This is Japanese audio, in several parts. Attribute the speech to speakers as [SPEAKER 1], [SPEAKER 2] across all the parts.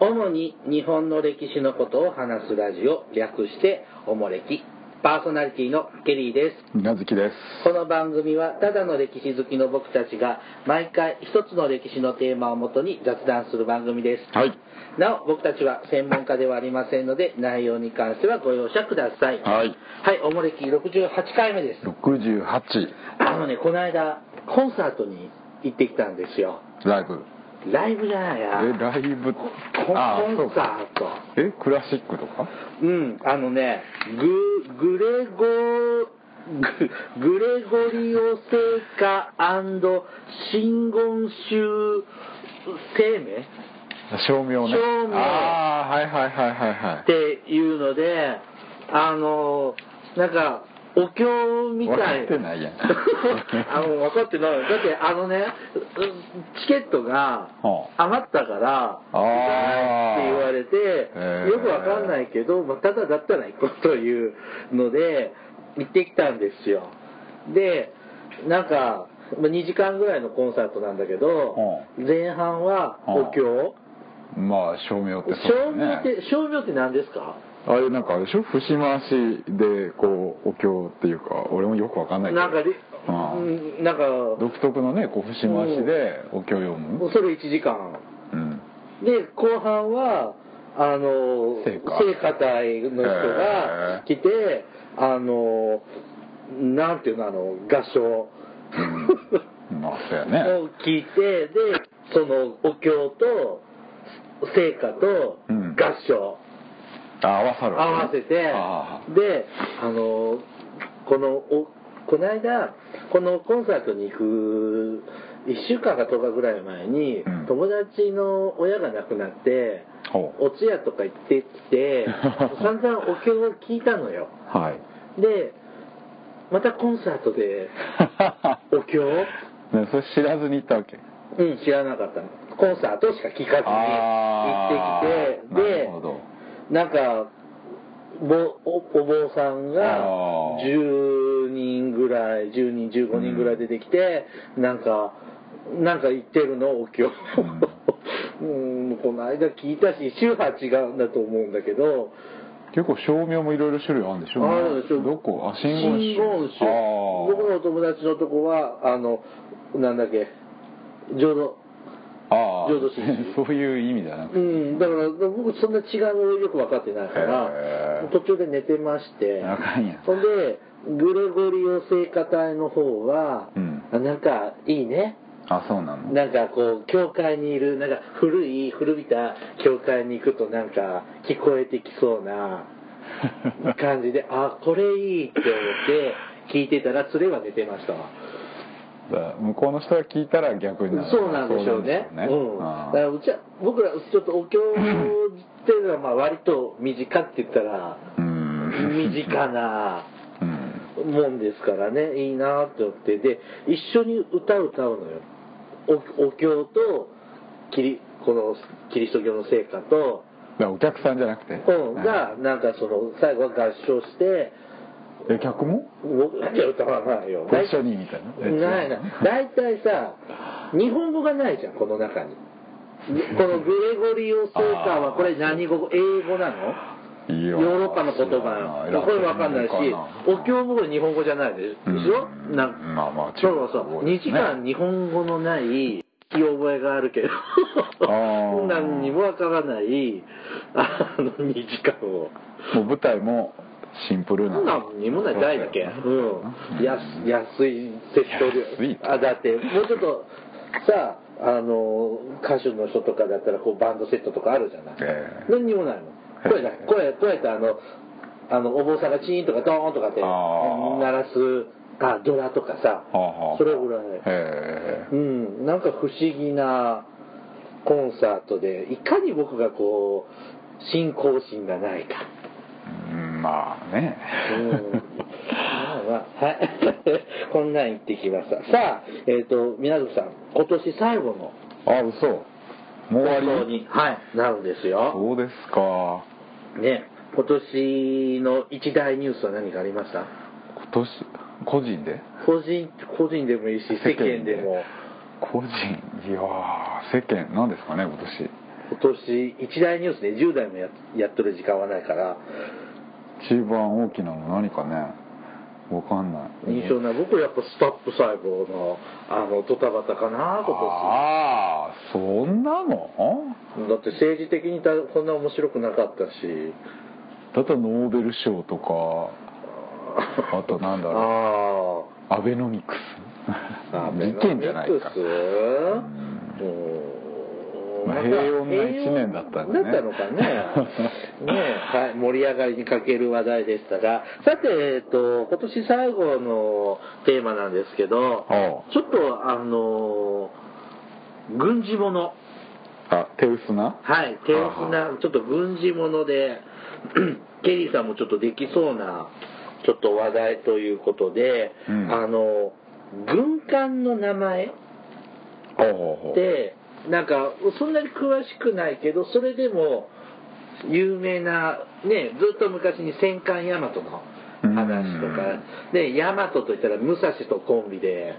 [SPEAKER 1] 主に日本の歴史のことを話すラジオ略しておもれきパーソナリティのケリーです
[SPEAKER 2] 皆月です
[SPEAKER 1] この番組はただの歴史好きの僕たちが毎回一つの歴史のテーマをもとに雑談する番組です、
[SPEAKER 2] はい
[SPEAKER 1] なお僕たちは専門家ではありませんので内容に関してはご容赦ください
[SPEAKER 2] は
[SPEAKER 1] は
[SPEAKER 2] い
[SPEAKER 1] いおもれき68回目です
[SPEAKER 2] 68
[SPEAKER 1] あのねこの間コンサートに行ってきたんですよ
[SPEAKER 2] ライブ
[SPEAKER 1] ライブじゃない
[SPEAKER 2] え
[SPEAKER 1] や
[SPEAKER 2] ライブ
[SPEAKER 1] コン
[SPEAKER 2] あ
[SPEAKER 1] コ
[SPEAKER 2] そう
[SPEAKER 1] ンサート
[SPEAKER 2] えクラシックとか
[SPEAKER 1] うん、あのね、グ、グレゴグ、グレゴリオ聖歌真言宗生命
[SPEAKER 2] 照明ね
[SPEAKER 1] 照明
[SPEAKER 2] ああはいはいはいはいはい
[SPEAKER 1] っていうので、あの、なんか、お経みたい。
[SPEAKER 2] 分かってないやん
[SPEAKER 1] あの、分かってない。だって、あのね、チケットが
[SPEAKER 2] は
[SPEAKER 1] 余ったから、
[SPEAKER 2] あー
[SPEAKER 1] って言われて、
[SPEAKER 2] えー
[SPEAKER 1] よくわかんないけど、まあ、ただだったら行こうというので、行ってきたんですよ。で、なんか、2時間ぐらいのコンサートなんだけど、前半はお経、
[SPEAKER 2] あまあ照明って
[SPEAKER 1] 照
[SPEAKER 2] だ
[SPEAKER 1] 明って、照明って何ですか
[SPEAKER 2] ああいうなんかあれでしょ節回しでこうお経っていうか俺もよくわかんないけど
[SPEAKER 1] なんかで、
[SPEAKER 2] うん
[SPEAKER 1] うんなんか、
[SPEAKER 2] 独特のねこう節回しでお経読む
[SPEAKER 1] それ1時間。
[SPEAKER 2] うん
[SPEAKER 1] で、後半は、あの、
[SPEAKER 2] 聖歌
[SPEAKER 1] 隊の人が来て、あの、なんていうの、あの、合唱
[SPEAKER 2] うんまあそうやね
[SPEAKER 1] を聞いて、で、その、お経と、聖歌と
[SPEAKER 2] う
[SPEAKER 1] 合
[SPEAKER 2] ん
[SPEAKER 1] 唱
[SPEAKER 2] あ合わさ
[SPEAKER 1] 合
[SPEAKER 2] る
[SPEAKER 1] わせて、
[SPEAKER 2] あ
[SPEAKER 1] で、あの、この、おこの間、このコンサートに行く、1週間か10日ぐらい前に、
[SPEAKER 2] うん
[SPEAKER 1] 友達の親が亡くなって、
[SPEAKER 2] あほう
[SPEAKER 1] お通夜とか行ってき て散々お経を聞いたのよ
[SPEAKER 2] はい
[SPEAKER 1] でまたコンサートで お経
[SPEAKER 2] ね、それ知らずに行ったわけ
[SPEAKER 1] うん知らなかったのコンサートしか聞かずに行
[SPEAKER 2] あ
[SPEAKER 1] ってきて
[SPEAKER 2] ーなるほ
[SPEAKER 1] で
[SPEAKER 2] ど
[SPEAKER 1] なんかぼおお坊さんが
[SPEAKER 2] あ
[SPEAKER 1] 10
[SPEAKER 2] ー
[SPEAKER 1] 人ぐらい10人15人ぐらい出てきて、なんかなんか言ってるのお経 うん、この間聞いたし宗派違うんだと思うんだけど
[SPEAKER 2] 結構照明もいろいろ種類あるんでしょ
[SPEAKER 1] あるでしょ
[SPEAKER 2] どこあ真言宗
[SPEAKER 1] 宗僕のお友達のとこはあのなんだっけ浄土
[SPEAKER 2] あーあー
[SPEAKER 1] 浄土真宗
[SPEAKER 2] そういう意味だな
[SPEAKER 1] う、んだから僕そんな違いをよく分かってないから
[SPEAKER 2] へー
[SPEAKER 1] 途中で寝てまして
[SPEAKER 2] あかんやん
[SPEAKER 1] ほんでグレゴリオ聖歌隊の方は、
[SPEAKER 2] うん
[SPEAKER 1] あなんかいいね
[SPEAKER 2] あそうな の
[SPEAKER 1] なんかこう教会にいるなんか古い古びた教会に行くとなんか聞こえてきそうな感じであこれいいって思って聞いてたら連れは寝てましたわ
[SPEAKER 2] だ向こうの人が聞いたら逆になる
[SPEAKER 1] そうなんでしょうね。
[SPEAKER 2] そうなんでしょ
[SPEAKER 1] ん。
[SPEAKER 2] うねあ
[SPEAKER 1] だから
[SPEAKER 2] ー
[SPEAKER 1] うちは僕らちょっとお経っていうのはまあ割と身近って言ったら
[SPEAKER 2] うん
[SPEAKER 1] 身近な
[SPEAKER 2] うん
[SPEAKER 1] もんですからねいいなって思ってで一緒に歌を歌うのよ。おお経とキリこのキリスト教の聖歌と
[SPEAKER 2] だからお客さんじゃなくて
[SPEAKER 1] うんがなんかその最後は合唱して
[SPEAKER 2] え客も
[SPEAKER 1] 僕だけは歌わないよ。
[SPEAKER 2] ご一緒にみたいなえ
[SPEAKER 1] ないな
[SPEAKER 2] 違う
[SPEAKER 1] 大体さ日本語がないじゃんこの中にこのグレゴリオ聖歌はこれ何語英語なの
[SPEAKER 2] いい
[SPEAKER 1] ヨ
[SPEAKER 2] よ
[SPEAKER 1] ーロッパの言葉なのこれ分かんないしお経もこれ日本語じゃないでしょ
[SPEAKER 2] うん
[SPEAKER 1] なん
[SPEAKER 2] まあまあ中
[SPEAKER 1] そ
[SPEAKER 2] 国語
[SPEAKER 1] うそう
[SPEAKER 2] で
[SPEAKER 1] 2
[SPEAKER 2] す
[SPEAKER 1] 時
[SPEAKER 2] ね
[SPEAKER 1] 間日本語のない聞き覚えがあるけど
[SPEAKER 2] ー
[SPEAKER 1] 何にも分からないあの2時間を。
[SPEAKER 2] もう舞台もシンプルな
[SPEAKER 1] そんなんにもない台だけ、うん、安安いセット
[SPEAKER 2] 安い
[SPEAKER 1] あだってもうちょっとさあの歌手の人とかだったらこうバンドセットとかあるじゃない、
[SPEAKER 2] ええ
[SPEAKER 1] 何にもないの声だ声声とあのあのお坊さんがチーンとかドーンとかって
[SPEAKER 2] あー
[SPEAKER 1] 鳴らすあドラとかさ
[SPEAKER 2] はあはあ
[SPEAKER 1] それぐらい
[SPEAKER 2] へ
[SPEAKER 1] うん、なんか不思議なコンサートでいかに僕がこう信仰心がないか
[SPEAKER 2] えうんまあね
[SPEAKER 1] うんまあまあはい。こんなん言ってきました。さあ、えっ、と、皆さん、今年最後の
[SPEAKER 2] あ嘘もう
[SPEAKER 1] 放
[SPEAKER 2] 終わ
[SPEAKER 1] 送
[SPEAKER 2] り
[SPEAKER 1] に、はい、なるんですよ。
[SPEAKER 2] そうですか
[SPEAKER 1] ね、今年の一大ニュースは何かありました
[SPEAKER 2] 今年個人で
[SPEAKER 1] 個人、個人でもいいし、世間でも。
[SPEAKER 2] 個人いやー世間なんですかね今年
[SPEAKER 1] 今年一大ニュースで10代もややっとる時間はないから
[SPEAKER 2] 一番大きなの何かねわかんない
[SPEAKER 1] 印象ない僕はやっぱスタップ細胞のあのドタバタかな今
[SPEAKER 2] ああそんなの
[SPEAKER 1] 年だって政治的にたこんな面白くなかったし
[SPEAKER 2] だったらノーベル賞とかあとなんだろう
[SPEAKER 1] ろ
[SPEAKER 2] アベノミク
[SPEAKER 1] あ
[SPEAKER 2] ス
[SPEAKER 1] ーあー
[SPEAKER 2] 事件じゃない
[SPEAKER 1] ベノミ
[SPEAKER 2] か
[SPEAKER 1] クスうん
[SPEAKER 2] まあ
[SPEAKER 1] なんか
[SPEAKER 2] 平穏な一年だったんだね
[SPEAKER 1] 平穏だったのか ねねはい、盛り上がりに欠ける話題でしたがさて、えっと今年最後のテーマなんですけど
[SPEAKER 2] おう
[SPEAKER 1] ちょっとあのー軍事もの
[SPEAKER 2] あ手薄な
[SPEAKER 1] はい手薄なちょっと軍事もので ケリーさんもちょっとできそうなちょっと話題ということで、
[SPEAKER 2] うん
[SPEAKER 1] あの軍艦の名前
[SPEAKER 2] おうほうほう
[SPEAKER 1] でなんかそんなに詳しくないけどそれでも有名なねずっと昔に戦艦大和の話とか、で大和といったら武蔵とコンビで、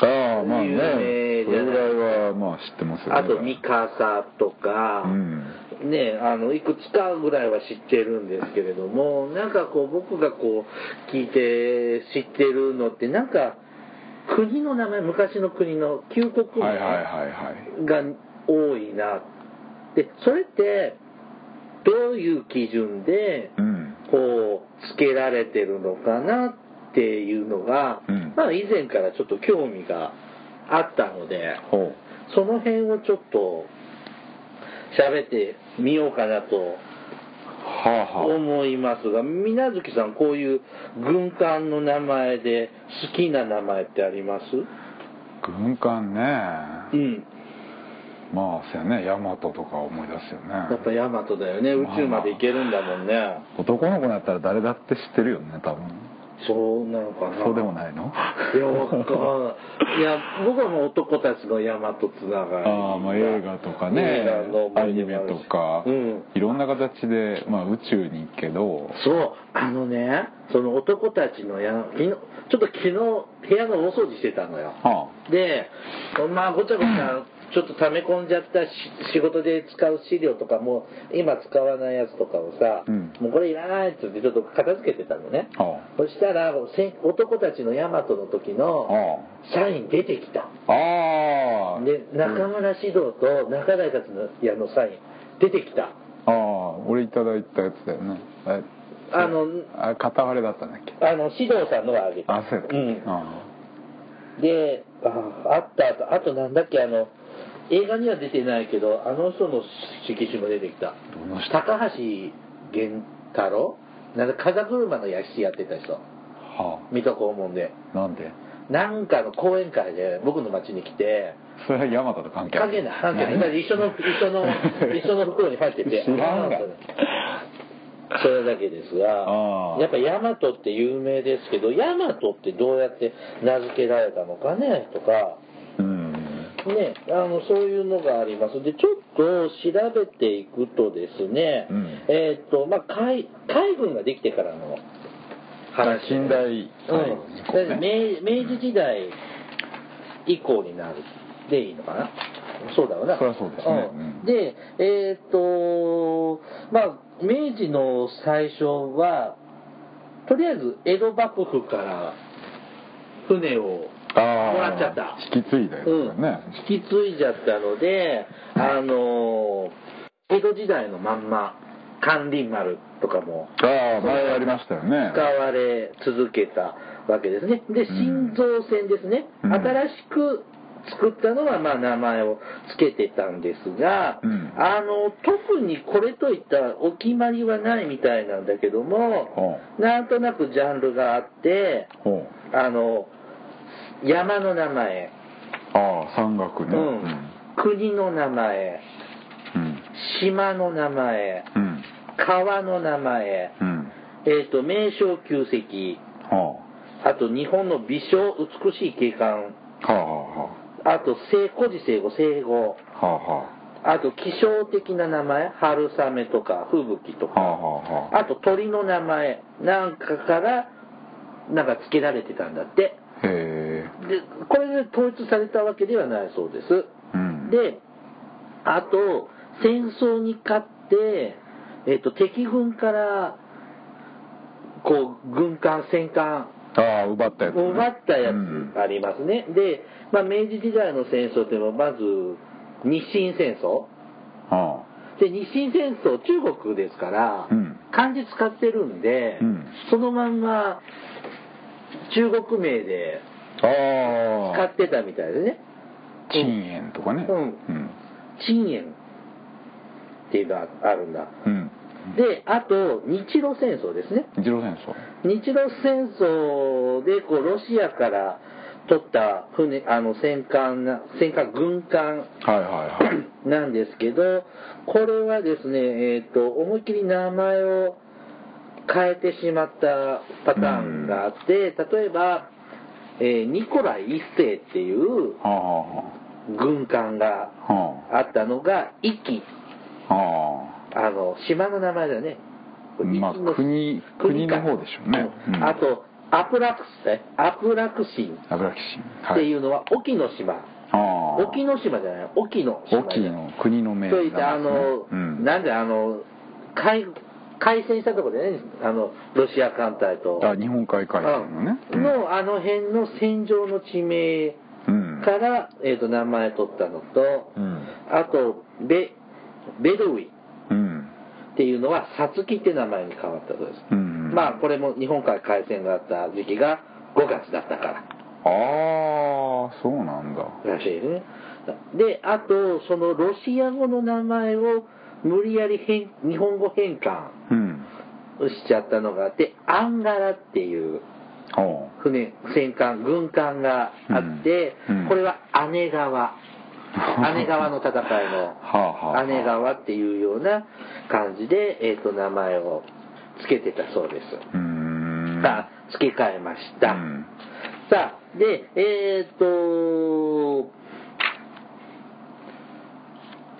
[SPEAKER 2] ああまあね
[SPEAKER 1] 有
[SPEAKER 2] そ
[SPEAKER 1] 名
[SPEAKER 2] れ
[SPEAKER 1] じゃない
[SPEAKER 2] ぐらいはまあ知ってますよね
[SPEAKER 1] あと三笠とか、
[SPEAKER 2] うん
[SPEAKER 1] ねあのいくつかぐらいは知ってるんですけれどもなんかこう僕がこう聞いて知ってるのってなんか国の名前昔の国の旧国名、
[SPEAKER 2] はいはいはいはい
[SPEAKER 1] が多いなでそれってどういう基準で
[SPEAKER 2] うん
[SPEAKER 1] こうつけられてるのかなっていうのが、
[SPEAKER 2] うん
[SPEAKER 1] まあ以前からちょっと興味があったので
[SPEAKER 2] ほ
[SPEAKER 1] その辺をちょっと喋ってみようかなと
[SPEAKER 2] うはあは
[SPEAKER 1] 思いますが水無月さんこういう軍艦の名前で好きな名前ってあります
[SPEAKER 2] あ軍艦ね
[SPEAKER 1] うん
[SPEAKER 2] まあそうやね大和とか思い出すよね
[SPEAKER 1] やっぱ大和だよね宇宙まで行けるんだもんね、
[SPEAKER 2] 男の子だったら誰だって知ってるよね多分
[SPEAKER 1] そうなのかな。
[SPEAKER 2] そうでもないの
[SPEAKER 1] いや、わかんない。いや、僕はもう男たちの山とつながり。
[SPEAKER 2] ああまあ映画とか
[SPEAKER 1] 映
[SPEAKER 2] ね
[SPEAKER 1] 画の思
[SPEAKER 2] ア
[SPEAKER 1] い
[SPEAKER 2] ニ
[SPEAKER 1] 出も
[SPEAKER 2] メ
[SPEAKER 1] あるし
[SPEAKER 2] とか、
[SPEAKER 1] うん。
[SPEAKER 2] いろんな形で、まあ、宇宙に行くけど
[SPEAKER 1] そう、あのね、その男たちの山、昨日、ちょっと昨日、部屋の大掃除してたのよ。
[SPEAKER 2] は
[SPEAKER 1] で、まあ、ごちゃごちゃ、ちょっと溜め込んじゃったし仕事で使う資料とかも、今使わないやつとかをさ、
[SPEAKER 2] うん
[SPEAKER 1] もうこれいらないっつってちょっと片付けてたのね。
[SPEAKER 2] あは
[SPEAKER 1] そしたら、せ男たちのヤマトの時
[SPEAKER 2] あ
[SPEAKER 1] の
[SPEAKER 2] は
[SPEAKER 1] 社員出てきた。
[SPEAKER 2] あああ
[SPEAKER 1] で中村獅童と中台達の矢のサイン出てきた
[SPEAKER 2] ああ俺いただいたやつだよね
[SPEAKER 1] あの
[SPEAKER 2] ああ片割れだったんだっけ
[SPEAKER 1] あの獅童さんのがあげた
[SPEAKER 2] あそうやった、
[SPEAKER 1] うん
[SPEAKER 2] あ
[SPEAKER 1] でああったあとあとなんだっけあの映画には出てないけどあの人の色紙も出てきた
[SPEAKER 2] あどの人は
[SPEAKER 1] 高橋源太郎なんだ風車の屋敷やってた人水戸黄門で
[SPEAKER 2] あなんで
[SPEAKER 1] なんかの講演会で僕の町に来て
[SPEAKER 2] それはヤマトと関係あ
[SPEAKER 1] 関
[SPEAKER 2] る
[SPEAKER 1] 係ない関係ないだから一緒 の一緒の一緒の袋に入ってて
[SPEAKER 2] 知らんが
[SPEAKER 1] あそれだけですが
[SPEAKER 2] あ、ー
[SPEAKER 1] やっぱヤマトって有名ですけど、ヤマトってどうやって名付けられたのかねとか、
[SPEAKER 2] うん
[SPEAKER 1] ね、あのそういうのがあります。で、ちょっと調べていくとですね、
[SPEAKER 2] うん
[SPEAKER 1] えーっと、まあ海、海軍ができてからの話。
[SPEAKER 2] 近代
[SPEAKER 1] うん、だから明明治時代以降になるでいいのかなそうだろうな
[SPEAKER 2] そりゃそうですね
[SPEAKER 1] ん
[SPEAKER 2] うん
[SPEAKER 1] でえっ、とまあ明治の最初はとりあえず江戸幕府から船を
[SPEAKER 2] ああ
[SPEAKER 1] もらっちゃった
[SPEAKER 2] 引き継いだやつだね、
[SPEAKER 1] 引き継いじゃったので、あの江戸時代のまんま咸臨丸とかも
[SPEAKER 2] ああ前ありましたよね
[SPEAKER 1] 使われ続けたわけですね。で、
[SPEAKER 2] ん
[SPEAKER 1] 心臓線ですね。
[SPEAKER 2] うん
[SPEAKER 1] 新しく作ったのは、まあ、名前を付けてたんですが、
[SPEAKER 2] うん
[SPEAKER 1] あの、特にこれといったお決まりはないみたいなんだけども、
[SPEAKER 2] ほ
[SPEAKER 1] なんとなくジャンルがあって
[SPEAKER 2] う、ほう
[SPEAKER 1] あの、山の名前、
[SPEAKER 2] ああ山岳
[SPEAKER 1] う
[SPEAKER 2] ね
[SPEAKER 1] ん国の名前、
[SPEAKER 2] うん
[SPEAKER 1] 島の名前、
[SPEAKER 2] うん
[SPEAKER 1] 川の名前、
[SPEAKER 2] うん
[SPEAKER 1] えっ、と、名称旧跡、
[SPEAKER 2] は
[SPEAKER 1] あと日本の美少美しい景観
[SPEAKER 2] あはあは
[SPEAKER 1] あと聖古事聖語聖語
[SPEAKER 2] あはあは
[SPEAKER 1] あと気象的な名前春雨とか吹雪と
[SPEAKER 2] あはあ
[SPEAKER 1] か
[SPEAKER 2] はあはあ
[SPEAKER 1] あと鳥の名前なんかからなんか付けられてたんだって
[SPEAKER 2] へえ
[SPEAKER 1] でこれで統一されたわけではないそうです
[SPEAKER 2] うん
[SPEAKER 1] であと戦争に勝って、えっと、敵軍から、こう、軍艦、戦艦、
[SPEAKER 2] ああ奪ったやつ、ね、
[SPEAKER 1] 奪ったや
[SPEAKER 2] うん
[SPEAKER 1] つありますね。で、まあ、明治時代の戦争っていうのは、まず、日清戦争。
[SPEAKER 2] あ
[SPEAKER 1] で、日清戦争、中国ですから、
[SPEAKER 2] うん
[SPEAKER 1] 漢字使ってるんで、
[SPEAKER 2] うん
[SPEAKER 1] そのまんま、中国名で
[SPEAKER 2] あ
[SPEAKER 1] 使
[SPEAKER 2] ああ
[SPEAKER 1] ってたみたいですね。
[SPEAKER 2] チンエンとかね
[SPEAKER 1] うん
[SPEAKER 2] うん
[SPEAKER 1] 陳園っていうのがあるんだ。
[SPEAKER 2] うん
[SPEAKER 1] で、あと、日露戦争ですね。
[SPEAKER 2] 日露戦争
[SPEAKER 1] 日露戦争で、こう、ロシアから取った船、あの、戦艦な、戦艦、軍艦
[SPEAKER 2] はいはいはい
[SPEAKER 1] なんですけど、これはですね、えっ、と、思いっきり名前を変えてしまったパターンがあって、例えば、えーニコライ一世っていう
[SPEAKER 2] はあは
[SPEAKER 1] 軍艦が
[SPEAKER 2] あは
[SPEAKER 1] あったのが、壱岐
[SPEAKER 2] あはあ
[SPEAKER 1] あの、島の名前だよね。
[SPEAKER 2] まあ国国の方でしょうね
[SPEAKER 1] うん
[SPEAKER 2] うん
[SPEAKER 1] あと、アプラクス、えアプラクシンっ
[SPEAKER 2] 油木市は
[SPEAKER 1] てい
[SPEAKER 2] いう
[SPEAKER 1] のは、沖の島。
[SPEAKER 2] ああ
[SPEAKER 1] 沖の島じゃない、沖の島。
[SPEAKER 2] 沖の国の名
[SPEAKER 1] といって、あの、
[SPEAKER 2] うん、
[SPEAKER 1] なんで、あの、海、海戦したとこでね、あの、ロシア艦隊と。
[SPEAKER 2] あ日本海海戦のね
[SPEAKER 1] うんの、あの辺の戦場の地名
[SPEAKER 2] うん
[SPEAKER 1] から、えっ、と、名前取ったのと、
[SPEAKER 2] うん
[SPEAKER 1] あと、ベ、ベドウィ
[SPEAKER 2] うん
[SPEAKER 1] っていうのは、サツキって名前に変わったそうです。
[SPEAKER 2] うん
[SPEAKER 1] まあこれも日本海海戦があった時期が5月だったか
[SPEAKER 2] ああそうなんだ
[SPEAKER 1] ららしいですね。で、あと、そのロシア語の名前を無理やり変日本語変換
[SPEAKER 2] うん
[SPEAKER 1] しちゃったのがあって、アンガラっていう
[SPEAKER 2] おう
[SPEAKER 1] 船、戦艦、軍艦があって、
[SPEAKER 2] うんうん
[SPEAKER 1] これは姉 川、 姉川の戦いの
[SPEAKER 2] はあはあはあ
[SPEAKER 1] 姉川っていうような感じで、えっ、と、名前を付けてたそうです。
[SPEAKER 2] うーん
[SPEAKER 1] さあ、付け替えました。
[SPEAKER 2] うん
[SPEAKER 1] さあ、で、えーっと、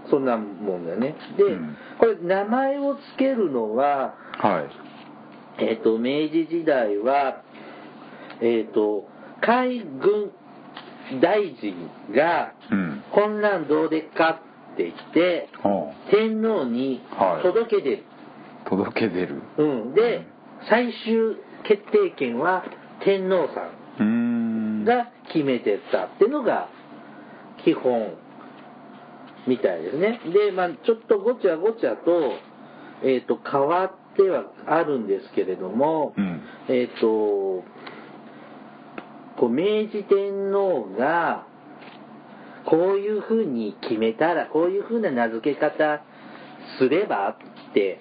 [SPEAKER 1] そんなもんだよね。で、
[SPEAKER 2] うん
[SPEAKER 1] これ、名前を付けるのは、
[SPEAKER 2] はい
[SPEAKER 1] えーっと、明治時代は、えーっと、海軍大臣が、
[SPEAKER 2] うん
[SPEAKER 1] こんなんどうでっかって言って、
[SPEAKER 2] おう
[SPEAKER 1] 天皇に
[SPEAKER 2] はい
[SPEAKER 1] 届けてる。
[SPEAKER 2] 届け出る
[SPEAKER 1] うん。で、
[SPEAKER 2] うん
[SPEAKER 1] 最終決定権は天皇さん。
[SPEAKER 2] うーん
[SPEAKER 1] が決めてったっていうのが基本みたいですね。で、まあちょっとごちゃごちゃと、えっ、と、変わってはあるんですけれども、
[SPEAKER 2] うん
[SPEAKER 1] えっ、と、こう、明治天皇が、こういうふうに決めたら、こういうふうな名付け方すればって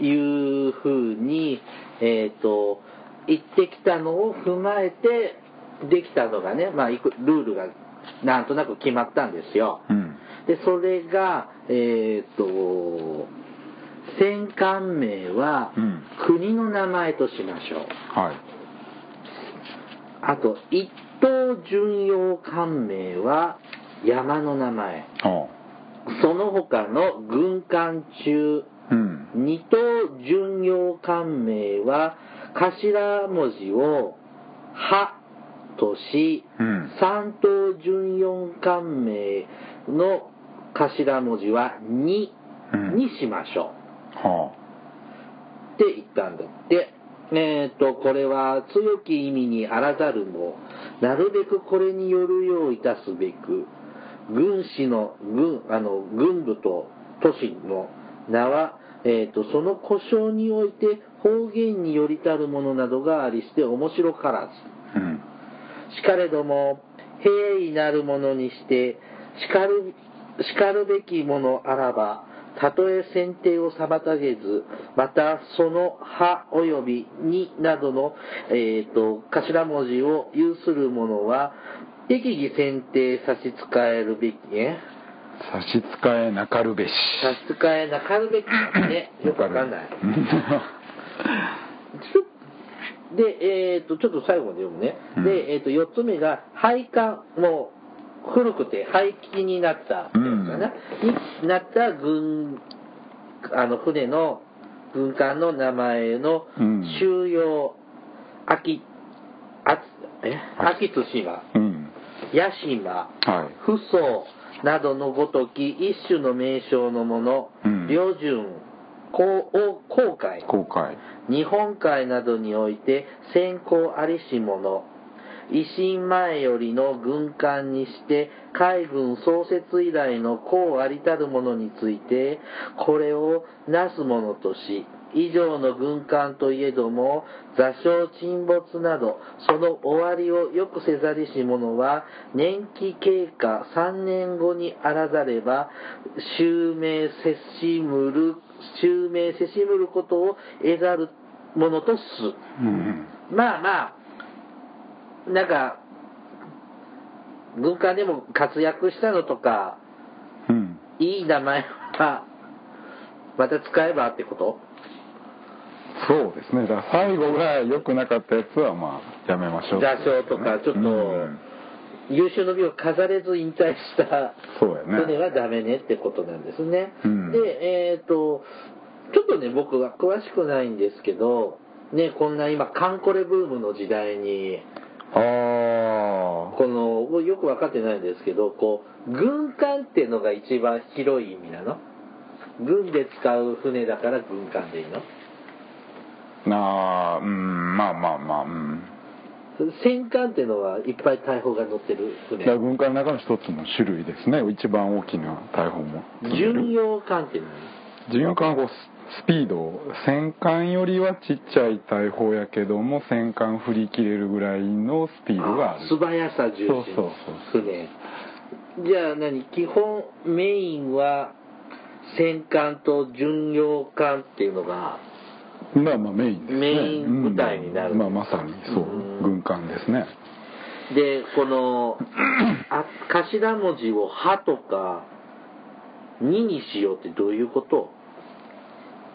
[SPEAKER 2] うん
[SPEAKER 1] いうふうに、えー、と言ってきたのを踏まえてできたのがね、まあ、いくルールがなんとなく決まったんですよ。
[SPEAKER 2] うん
[SPEAKER 1] でそれが、えー、と戦艦名は
[SPEAKER 2] うん
[SPEAKER 1] 国の名前としましょう。
[SPEAKER 2] はい
[SPEAKER 1] あと一等巡洋艦名は山の名前。
[SPEAKER 2] おう
[SPEAKER 1] その他の軍艦中
[SPEAKER 2] うん
[SPEAKER 1] 二等巡洋艦名は頭文字を「は」とし、
[SPEAKER 2] うん
[SPEAKER 1] 三等巡洋艦名の頭文字は「に」
[SPEAKER 2] うん
[SPEAKER 1] にしましょ
[SPEAKER 2] は
[SPEAKER 1] うって言ったんだって。えー、とこれは強き意味にあらざるもなるべくこれによるよういたすべく軍師の軍あの軍部と都市の名は、えー、とその故障において方言によりたるものなどがありして面白からず
[SPEAKER 2] あうん
[SPEAKER 1] しかれども平易なるものにしてしかるしかるべきものあらばたとえ選定を妨げずまたその「は」および「に」などの、えー、と頭文字を有するものは適宜選定差し支えるべきえ
[SPEAKER 2] 差し支えなかるべし
[SPEAKER 1] 差し支えなかるべきなんで、よくわかんない。ちょ で、えっ、と、ちょっと最後まで読むね。
[SPEAKER 2] うん
[SPEAKER 1] で、えっ、と、4つ目が、配管、もう、古くて廃棄になったってやつかな、になった軍、あの、船の、軍艦の名前の
[SPEAKER 2] うん、
[SPEAKER 1] 収容、秋、あえ、
[SPEAKER 2] 秋
[SPEAKER 1] 秋津島、
[SPEAKER 2] うん
[SPEAKER 1] 屋島、
[SPEAKER 2] はい
[SPEAKER 1] 不層、などのごとき一種の名称のもの、
[SPEAKER 2] うん
[SPEAKER 1] 両順航を航海
[SPEAKER 2] 後悔
[SPEAKER 1] 日本海などにおいて先行ありし者維新前よりの軍艦にして海軍創設以来の功ありたるものについてこれをなすものとし以上の軍艦といえども座礁沈没などその終わりをよくせざりし者は年期経過3年後にあらざれば襲名せしむる襲名せしむることを得ざるものとす
[SPEAKER 2] うん
[SPEAKER 1] まあまあ、なんか、文化でも活躍したのとか、
[SPEAKER 2] うん
[SPEAKER 1] いい名前は、また使えばってこと
[SPEAKER 2] そうですねだから最後が良くなかったやつはまあやめましょう
[SPEAKER 1] 座礁とか、ちょっと、
[SPEAKER 2] うん
[SPEAKER 1] 優秀の美を飾れず引退した
[SPEAKER 2] そうや
[SPEAKER 1] 船
[SPEAKER 2] ね
[SPEAKER 1] はダメねってことなんですね。
[SPEAKER 2] うん
[SPEAKER 1] で、えっ、と、ちょっとね、僕は詳しくないんですけど、ね、こんな今、カンコレブームの時代に、
[SPEAKER 2] あ
[SPEAKER 1] この僕よく分かってないんですけどこう軍艦ってのが一番広い意味なの軍で使う船だから軍艦でいいの
[SPEAKER 2] あなあうんまあまあまあうん
[SPEAKER 1] 戦艦ってのはいっぱい大砲が乗ってる
[SPEAKER 2] だから
[SPEAKER 1] 船
[SPEAKER 2] 軍艦の中の一つの種類ですね一番大きな大砲も
[SPEAKER 1] 巡洋艦って何
[SPEAKER 2] 巡洋艦はこうススピード戦艦よりはちっちゃい大砲やけども戦艦振り切れるぐらいのスピードがある
[SPEAKER 1] 素早さ重視の
[SPEAKER 2] そうそう
[SPEAKER 1] 船じゃあ何基本メインは戦艦と巡洋艦っていうのが
[SPEAKER 2] まあまあメインですね
[SPEAKER 1] メイン部隊になる
[SPEAKER 2] うんまあ、まさにそう
[SPEAKER 1] うん
[SPEAKER 2] 軍艦ですね
[SPEAKER 1] でこのあ頭文字を「は」とか「に」にしようってどういうこと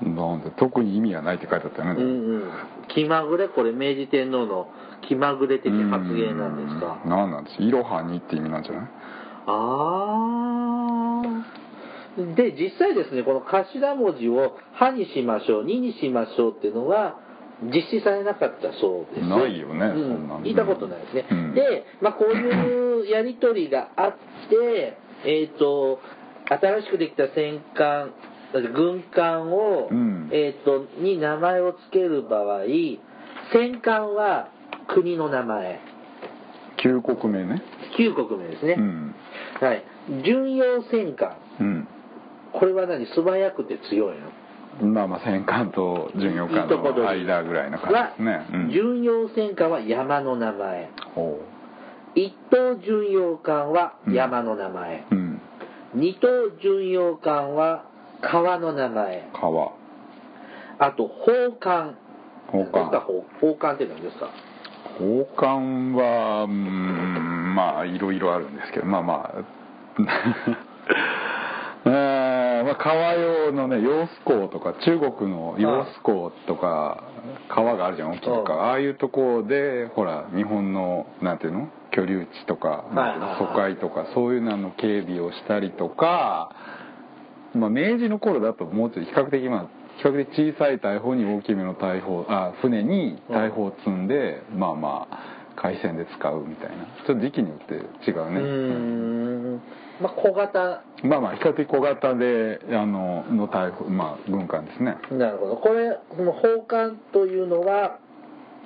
[SPEAKER 2] なんで特に意味はないって書いてあったよ
[SPEAKER 1] う
[SPEAKER 2] ね、
[SPEAKER 1] んうん気まぐれこれ明治天皇の気まぐれ的発言なんですか
[SPEAKER 2] うんなんなんですいろはにって意味なんじゃない
[SPEAKER 1] あーで実際ですねこの頭文字を「は」にしましょう「に」にしましょうっていうのは実施されなかったそうです
[SPEAKER 2] ないよね
[SPEAKER 1] うん
[SPEAKER 2] そんなの
[SPEAKER 1] 聞いたことないですね、
[SPEAKER 2] うん
[SPEAKER 1] で、まあ、こういうやり取りがあってえっ、と新しくできた戦艦軍艦を、
[SPEAKER 2] うん
[SPEAKER 1] えっとに名前を付ける場合戦艦は国の名前
[SPEAKER 2] 旧国名ね
[SPEAKER 1] 旧国名ですね、
[SPEAKER 2] うん
[SPEAKER 1] はい、巡洋戦艦、
[SPEAKER 2] う
[SPEAKER 1] これは何、素早くて強いの
[SPEAKER 2] んまあまあ戦艦と巡洋艦
[SPEAKER 1] いいとこ取
[SPEAKER 2] の
[SPEAKER 1] り
[SPEAKER 2] 間ぐらいの感
[SPEAKER 1] は
[SPEAKER 2] じですね、うん、
[SPEAKER 1] 巡洋戦艦は山の名前、
[SPEAKER 2] ほ
[SPEAKER 1] 一等巡洋艦は山の名前、
[SPEAKER 2] ううん
[SPEAKER 1] 二等巡洋艦は川の名前、
[SPEAKER 2] 川
[SPEAKER 1] あと、砲艦。
[SPEAKER 2] 砲
[SPEAKER 1] どっか
[SPEAKER 2] 艦
[SPEAKER 1] 砲砲艦って何ですか
[SPEAKER 2] 砲艦はうーんまあいろいろあるんですけどまあまあ えーまあ川用のね揚子港とか中国の揚子港とか川があるじゃん大きいとか
[SPEAKER 1] うん
[SPEAKER 2] ああいうとこでほら日本のなんていうの居留地とか
[SPEAKER 1] いはいはい
[SPEAKER 2] 疎開とかそういうのの警備をしたりとかまあ、明治の頃だともうちょっと比較的まあ比較的小さい大砲に大きめの大砲あ船に大砲を積んで、まあまあ海戦で使うみたいなちょっと時期によって違う
[SPEAKER 1] う
[SPEAKER 2] ね
[SPEAKER 1] ーん、まあ、小型、
[SPEAKER 2] まあまあ比較的小型であのの大砲まあ軍艦ですね
[SPEAKER 1] なるほど、これ、その砲艦というのは、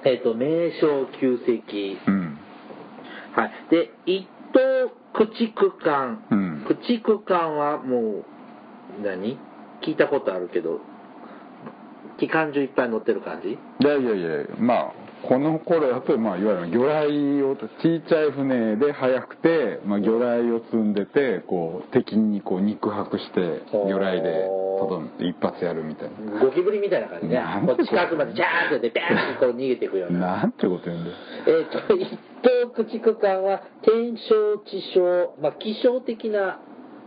[SPEAKER 1] えっ、と、名称旧跡。
[SPEAKER 2] うん
[SPEAKER 1] はい、で一等駆逐艦、
[SPEAKER 2] うん
[SPEAKER 1] 駆逐艦はもう何聞いたことあるけど機関銃いっぱい乗ってる感じ
[SPEAKER 2] いやいやいやまあこの頃だと、まあ、いわゆる魚雷を小さい船で速くて、まあ、魚雷を積んでてこう敵にこう肉薄して魚雷でとどめ一発やるみたいな
[SPEAKER 1] ゴキブリみたいな感じね
[SPEAKER 2] なんて
[SPEAKER 1] こう近くまでジャーンってやってビャーンってこう逃げていくような
[SPEAKER 2] なんてこと言うんだよ
[SPEAKER 1] えっ、と一等駆逐艦は天正地正まあ気象的な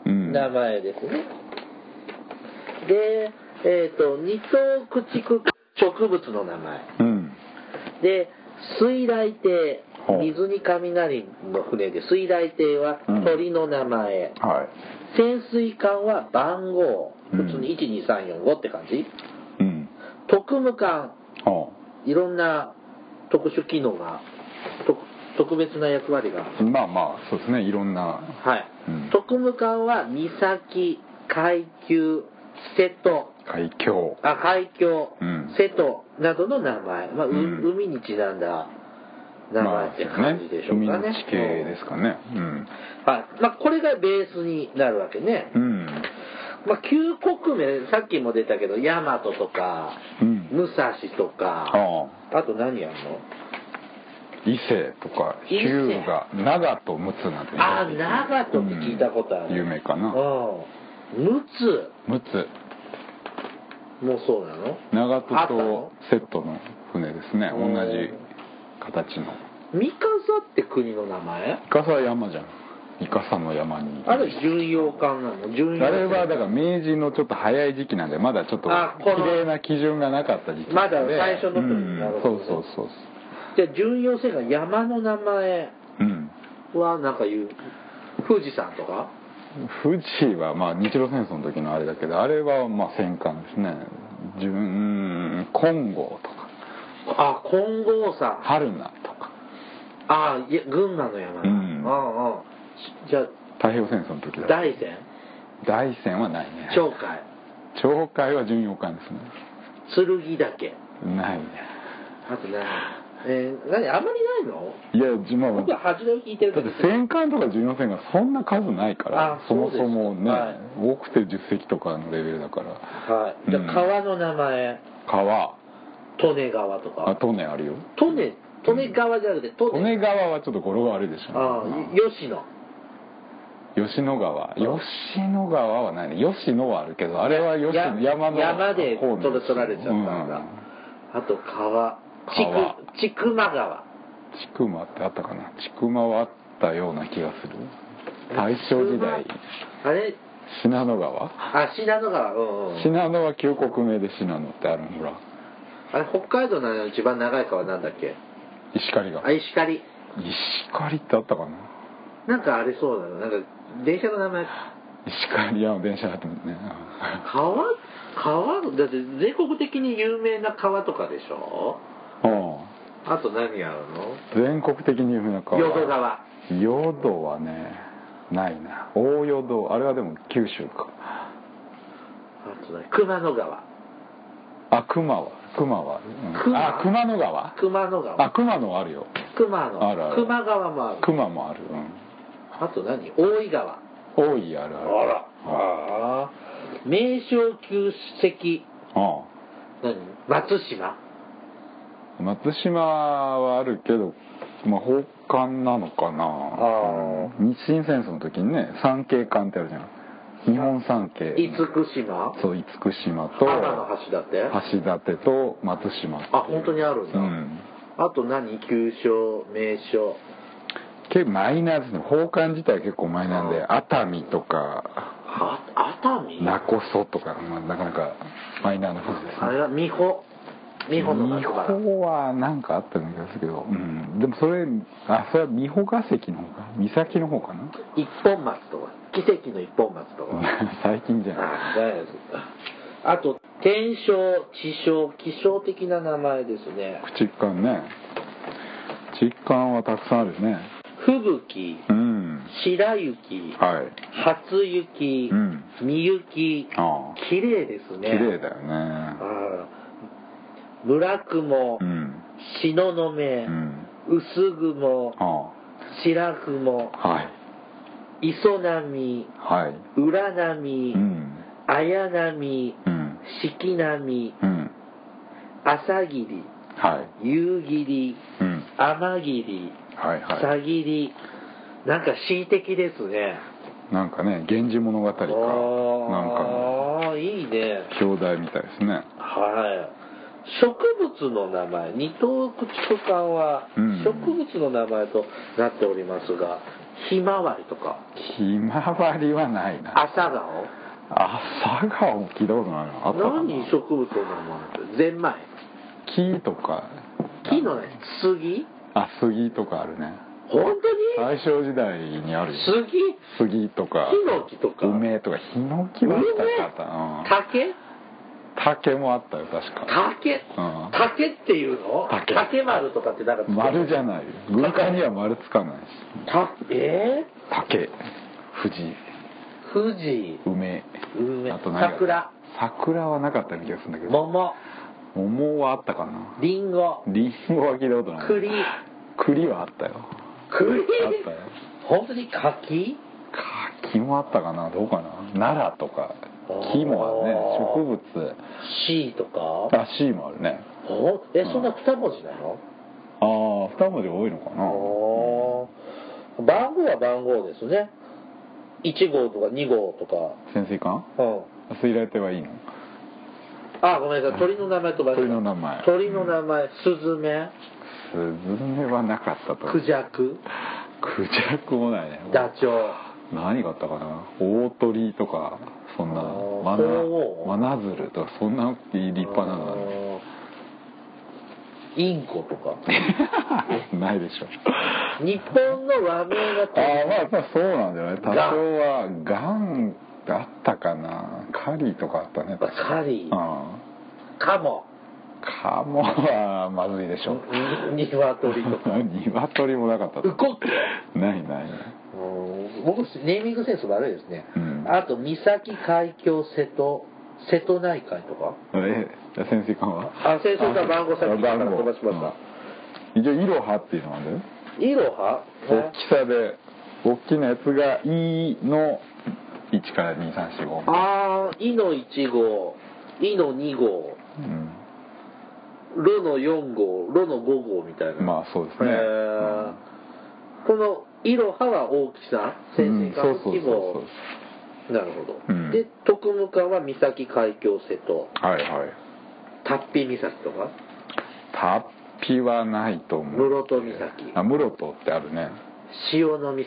[SPEAKER 2] うん
[SPEAKER 1] 名前ですね、でえっ、と二等駆逐艦植物の名前
[SPEAKER 2] うん
[SPEAKER 1] で水雷艇
[SPEAKER 2] ほう
[SPEAKER 1] 水に雷の船で水雷艇は
[SPEAKER 2] うん
[SPEAKER 1] 鳥の名前、
[SPEAKER 2] はい
[SPEAKER 1] 潜水艦は番号普通に12345って感じ、
[SPEAKER 2] うん
[SPEAKER 1] 特務艦
[SPEAKER 2] ああ
[SPEAKER 1] いろんな特殊機能が特特別な役割が
[SPEAKER 2] まあまあそうですねいろんな
[SPEAKER 1] はい、
[SPEAKER 2] うん
[SPEAKER 1] 特務艦は岬階級瀬戸
[SPEAKER 2] 海峡
[SPEAKER 1] あ海峡、
[SPEAKER 2] うん
[SPEAKER 1] 瀬戸などの名前、まあう
[SPEAKER 2] うん
[SPEAKER 1] 海にちなんだ名
[SPEAKER 2] ま
[SPEAKER 1] 前
[SPEAKER 2] あ
[SPEAKER 1] って感じでしょう
[SPEAKER 2] 海
[SPEAKER 1] か
[SPEAKER 2] の
[SPEAKER 1] ね,うん、
[SPEAKER 2] 地形ですかねうん
[SPEAKER 1] はいまあ、これがベースになるわけね、
[SPEAKER 2] うん
[SPEAKER 1] まあ、旧国名さっきも出たけど大和とか
[SPEAKER 2] うん
[SPEAKER 1] 武蔵とか、
[SPEAKER 2] あ
[SPEAKER 1] あと何やんの
[SPEAKER 2] 伊勢とか
[SPEAKER 1] 伊勢
[SPEAKER 2] 日向長と陸奥なんてね
[SPEAKER 1] あー長門って聞いたことある、
[SPEAKER 2] うん有名かな
[SPEAKER 1] うん陸奥
[SPEAKER 2] 陸奥
[SPEAKER 1] もそうなの
[SPEAKER 2] 長
[SPEAKER 1] あ
[SPEAKER 2] 門
[SPEAKER 1] ったの
[SPEAKER 2] とセットの船ですね
[SPEAKER 1] う
[SPEAKER 2] 同
[SPEAKER 1] ん
[SPEAKER 2] じ形の
[SPEAKER 1] 三笠って国の名前
[SPEAKER 2] イカサ山じゃんイカサの山に
[SPEAKER 1] あれ巡洋艦なの巡洋
[SPEAKER 2] あれはだから明治のちょっと早い時期なんでまだちょっと
[SPEAKER 1] あこの
[SPEAKER 2] 綺麗な基準がなかった時期なんで
[SPEAKER 1] まだ最初の時になるほ
[SPEAKER 2] う
[SPEAKER 1] ど
[SPEAKER 2] ん
[SPEAKER 1] ね
[SPEAKER 2] そうそうそう
[SPEAKER 1] じゃあ巡洋船が山の名前
[SPEAKER 2] うん
[SPEAKER 1] はなんか言う富士山とか
[SPEAKER 2] 富士はまあ日露戦争の時のあれだけどあれはまあ戦艦ですね自分うん金剛とか
[SPEAKER 1] あ金剛山
[SPEAKER 2] 春菜とか
[SPEAKER 1] あいや群馬の山だ、
[SPEAKER 2] う
[SPEAKER 1] う
[SPEAKER 2] ん
[SPEAKER 1] んうんしじゃあ
[SPEAKER 2] 太平洋戦争の時だ
[SPEAKER 1] 大山
[SPEAKER 2] 大戦はないね
[SPEAKER 1] 鳥海
[SPEAKER 2] 鳥海は巡洋艦です
[SPEAKER 1] 剣岳
[SPEAKER 2] ねないね
[SPEAKER 1] あと何えー、何あんまりないの
[SPEAKER 2] いやじまあ
[SPEAKER 1] 僕は初めを聞いてる
[SPEAKER 2] だ
[SPEAKER 1] け
[SPEAKER 2] っ
[SPEAKER 1] ど
[SPEAKER 2] て戦艦とか巡洋船がそんな数ないから
[SPEAKER 1] あ
[SPEAKER 2] そもそもね、
[SPEAKER 1] そうです
[SPEAKER 2] 多くて10隻とかのレベルだから
[SPEAKER 1] はいじゃあ
[SPEAKER 2] うん
[SPEAKER 1] 川の名前
[SPEAKER 2] 川
[SPEAKER 1] 利根川と
[SPEAKER 2] あ
[SPEAKER 1] か
[SPEAKER 2] 利根あるよ
[SPEAKER 1] 利根利根川じゃなくて利
[SPEAKER 2] 利
[SPEAKER 1] 根
[SPEAKER 2] 根川はちょっと語呂が悪いでし
[SPEAKER 1] あ
[SPEAKER 2] ょ
[SPEAKER 1] あ吉野
[SPEAKER 2] 吉野川吉野川はないね吉野はあるけどあれは吉
[SPEAKER 1] や
[SPEAKER 2] 野山の
[SPEAKER 1] 山で
[SPEAKER 2] 方の
[SPEAKER 1] 取取られちゃったんだ、
[SPEAKER 2] うん
[SPEAKER 1] あと川
[SPEAKER 2] 川
[SPEAKER 1] 千曲千曲川
[SPEAKER 2] ちくまってあったかなちくまはあったような気がする大正時代
[SPEAKER 1] あれ
[SPEAKER 2] 信濃川
[SPEAKER 1] あ信濃川うん、うん、
[SPEAKER 2] 信濃は旧国名で信濃ってあるのほら
[SPEAKER 1] あれ北海道の一番長い川なんだっけ
[SPEAKER 2] 石狩が
[SPEAKER 1] あ石狩
[SPEAKER 2] 石狩ってあったかな
[SPEAKER 1] なんかあれそうだななんか電車の名前
[SPEAKER 2] 石狩山電車だったもんね
[SPEAKER 1] 川川だって全国的に有名な川とかでしょ
[SPEAKER 2] うん
[SPEAKER 1] あと何あるの
[SPEAKER 2] 全国的に有名な川
[SPEAKER 1] 淀川
[SPEAKER 2] 淀はねないな大淀あれはでも九州か
[SPEAKER 1] あと何熊野川
[SPEAKER 2] あ熊は熊は、うん
[SPEAKER 1] 熊
[SPEAKER 2] あ熊野川
[SPEAKER 1] 熊野川
[SPEAKER 2] あ熊野あるよ
[SPEAKER 1] 熊野
[SPEAKER 2] あるある
[SPEAKER 1] 熊川もある
[SPEAKER 2] 熊もある、うん
[SPEAKER 1] あと何大井川
[SPEAKER 2] 多いあるある
[SPEAKER 1] あら名勝旧跡
[SPEAKER 2] あ
[SPEAKER 1] 何松島
[SPEAKER 2] あ松島はあるけどまあ宝冠なのか
[SPEAKER 1] あ
[SPEAKER 2] な日清戦争の時にね三景艦ってあるじゃん日本三景
[SPEAKER 1] 厳島
[SPEAKER 2] そう厳島と
[SPEAKER 1] 天の橋立て
[SPEAKER 2] 橋立と松島っていう
[SPEAKER 1] あ本当にあるんだ
[SPEAKER 2] うん
[SPEAKER 1] あと何旧称名称
[SPEAKER 2] 結構マイナーですね宝冠自体は結構マイナーで熱海とか
[SPEAKER 1] あ熱海
[SPEAKER 2] 名古屋とか、まあ、なかなかマイナーな風ですね
[SPEAKER 1] あれは美穂美穂の
[SPEAKER 2] 美
[SPEAKER 1] 松原
[SPEAKER 2] 穂はなんかあったような気がするけど、うん、でもそれあそれは美穂ヶ関の方か岬の方かな
[SPEAKER 1] 一本松とか奇跡の一本松とか
[SPEAKER 2] 最近じゃない
[SPEAKER 1] あ大丈夫あと天正地正気象的な名前ですね
[SPEAKER 2] 口感ね実感はたくさんあるね
[SPEAKER 1] 吹雪
[SPEAKER 2] うん
[SPEAKER 1] 白雪
[SPEAKER 2] はい
[SPEAKER 1] 初雪、
[SPEAKER 2] うん
[SPEAKER 1] みゆき、
[SPEAKER 2] ああ
[SPEAKER 1] 綺麗です
[SPEAKER 2] 綺
[SPEAKER 1] ね。
[SPEAKER 2] 麗だよ
[SPEAKER 1] あ
[SPEAKER 2] ね
[SPEAKER 1] あ村雲
[SPEAKER 2] う、ん
[SPEAKER 1] 東雲、
[SPEAKER 2] うん
[SPEAKER 1] 薄雲、
[SPEAKER 2] あ
[SPEAKER 1] 白雲、
[SPEAKER 2] あはい
[SPEAKER 1] 磯波、
[SPEAKER 2] はい
[SPEAKER 1] 浦波
[SPEAKER 2] う、ん
[SPEAKER 1] 綾波、
[SPEAKER 2] うん
[SPEAKER 1] 四季波、
[SPEAKER 2] うん
[SPEAKER 1] 朝霧、
[SPEAKER 2] はい
[SPEAKER 1] 夕霧、
[SPEAKER 2] うん
[SPEAKER 1] 天霧、
[SPEAKER 2] はいは
[SPEAKER 1] さぎり、なんか恣意的ですね。
[SPEAKER 2] いなんかね「源氏物語」かなんかの
[SPEAKER 1] ああ、いいね。
[SPEAKER 2] 兄弟みたいですね
[SPEAKER 1] はい。植物の名前、二等駆逐艦は
[SPEAKER 2] うん
[SPEAKER 1] 植物の名前となっておりますが、ひまわりとか、
[SPEAKER 2] ひまわりはないな
[SPEAKER 1] 朝顔、
[SPEAKER 2] 朝顔聞いたことないなあったかな
[SPEAKER 1] 何植物の名前ゼンマイ、
[SPEAKER 2] 木とか
[SPEAKER 1] 木のね、杉
[SPEAKER 2] あ杉とかあるね
[SPEAKER 1] 本当に
[SPEAKER 2] 大正時代にあるよ
[SPEAKER 1] 杉
[SPEAKER 2] 杉とか
[SPEAKER 1] ヒノキとか、
[SPEAKER 2] 梅とかヒノキはあったかな
[SPEAKER 1] 梅竹
[SPEAKER 2] うん竹もあったよ確か
[SPEAKER 1] 竹
[SPEAKER 2] うん
[SPEAKER 1] 竹っていうの
[SPEAKER 2] 竹
[SPEAKER 1] 丸とかってなんかつける
[SPEAKER 2] 丸じゃない軍艦には丸つかないした
[SPEAKER 1] え
[SPEAKER 2] 竹藤
[SPEAKER 1] ー、富士
[SPEAKER 2] 梅
[SPEAKER 1] 梅
[SPEAKER 2] あと何が
[SPEAKER 1] 桜
[SPEAKER 2] 桜はなかったような気がするんだけど
[SPEAKER 1] 桃
[SPEAKER 2] 桃はあったかな
[SPEAKER 1] りんご
[SPEAKER 2] りんごは聞いたことない
[SPEAKER 1] 栗
[SPEAKER 2] 栗はあったよ
[SPEAKER 1] 栗
[SPEAKER 2] あったよ
[SPEAKER 1] 本当に柿
[SPEAKER 2] 柿もあったかなどうかな奈良とか木もあるね植物
[SPEAKER 1] C とか
[SPEAKER 2] あ C もあるね
[SPEAKER 1] おえ
[SPEAKER 2] うん
[SPEAKER 1] そんな二文字なの
[SPEAKER 2] ああ二文字多いのかな
[SPEAKER 1] おー番号は番号ですね1号とか2号とか
[SPEAKER 2] 潜水艦
[SPEAKER 1] うん
[SPEAKER 2] 水雷艇はいいの
[SPEAKER 1] あごめんなさい鳥の名前と
[SPEAKER 2] 鳥の名前
[SPEAKER 1] 鳥の名前スズメ
[SPEAKER 2] スズメはなかったと
[SPEAKER 1] クジャク
[SPEAKER 2] クジャクもないね
[SPEAKER 1] ダチョウ
[SPEAKER 2] 何があったかな大鳥とかそんな
[SPEAKER 1] あー
[SPEAKER 2] マ
[SPEAKER 1] 鳳凰
[SPEAKER 2] ナマナズルとかそんな立派なのがある
[SPEAKER 1] あーインコとか
[SPEAKER 2] ないでしょ
[SPEAKER 1] 日本の和名だ
[SPEAKER 2] あ
[SPEAKER 1] と
[SPEAKER 2] あまあまあそうなんじゃない多少はガンがあったかなカリとかあったね確か
[SPEAKER 1] カリ
[SPEAKER 2] あ
[SPEAKER 1] カモ
[SPEAKER 2] カモはまずいでし ょ
[SPEAKER 1] ニワトリとか
[SPEAKER 2] 鶏もなかった
[SPEAKER 1] ウコッケ
[SPEAKER 2] ないないない
[SPEAKER 1] うん僕ネーミングセンス悪いですね、
[SPEAKER 2] うん
[SPEAKER 1] あと三崎海峡瀬戸瀬戸内海とか
[SPEAKER 2] え潜水艦は
[SPEAKER 1] あ潜水艦番号さっきから飛ばしました
[SPEAKER 2] た一応イロハっていうのがあるんだよ
[SPEAKER 1] イロハ
[SPEAKER 2] 大きさで大きなやつが「い」の1から2345
[SPEAKER 1] ああイの1号イの2号
[SPEAKER 2] うん
[SPEAKER 1] ロの4号ロの5号みたいな
[SPEAKER 2] まあそうですね
[SPEAKER 1] へー
[SPEAKER 2] うん
[SPEAKER 1] このイロハは大きさ潜水艦の規
[SPEAKER 2] うんそうそうそ
[SPEAKER 1] 模
[SPEAKER 2] う
[SPEAKER 1] なるほど、
[SPEAKER 2] うん
[SPEAKER 1] で徳務艦は三崎海峡瀬戸
[SPEAKER 2] そうはいはい
[SPEAKER 1] タッピ岬とか
[SPEAKER 2] タッピはないと思う
[SPEAKER 1] 室戸岬
[SPEAKER 2] あ室戸ってあるね
[SPEAKER 1] 潮の岬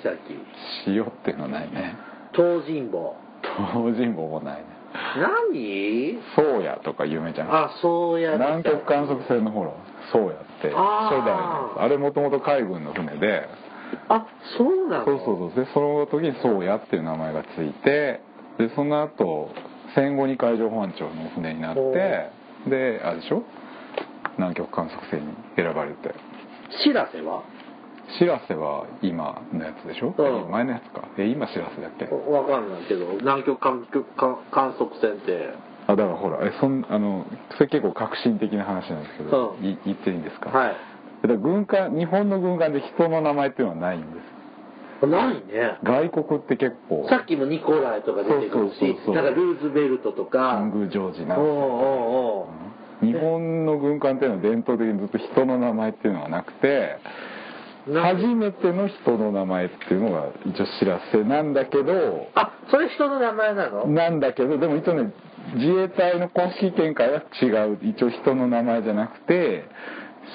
[SPEAKER 2] 塩っていうのないね
[SPEAKER 1] 東尋坊
[SPEAKER 2] 東尋坊もないね
[SPEAKER 1] 何
[SPEAKER 2] 宗谷とか有名じゃん
[SPEAKER 1] あそうや
[SPEAKER 2] 南極観測船のほら宗谷って初代
[SPEAKER 1] あー
[SPEAKER 2] のやつあれもともと海軍の船で
[SPEAKER 1] あそうな
[SPEAKER 2] そ
[SPEAKER 1] の
[SPEAKER 2] うそうそうでその時に宗谷っていう名前がついてでその後戦後に海上保安庁の船になっ
[SPEAKER 1] お
[SPEAKER 2] てであれでしょ南極観測船に選ばれて
[SPEAKER 1] しらせは
[SPEAKER 2] 「しらせ」は今のやつでしょ、
[SPEAKER 1] うん
[SPEAKER 2] 前のやつかえ今「しらせ」だっけ
[SPEAKER 1] わわかんないけど南極観測観観測船って
[SPEAKER 2] あだからほらえそんあのそれ結構革新的な話なんですけど、
[SPEAKER 1] うん
[SPEAKER 2] い言っていいんですか、
[SPEAKER 1] はい
[SPEAKER 2] だから軍艦日本の軍艦で人の名前っていうのはないんです
[SPEAKER 1] ないね
[SPEAKER 2] 外国って結構
[SPEAKER 1] さっきもニコライとか出てくる
[SPEAKER 2] そうそう
[SPEAKER 1] し
[SPEAKER 2] そうそう
[SPEAKER 1] なんかルーズベルトとか
[SPEAKER 2] 神宮ジョージ
[SPEAKER 1] おう
[SPEAKER 2] な
[SPEAKER 1] おうおう
[SPEAKER 2] 日本の軍艦っていうのは伝統的にずっと人の名前っていうのがなくて
[SPEAKER 1] なん
[SPEAKER 2] 初めての人の名前っていうのが一応知らせなんだけど
[SPEAKER 1] あそれ人の名前なの
[SPEAKER 2] なんだけどでも一応ね自衛隊の公式見解は違う一応人の名前じゃなくて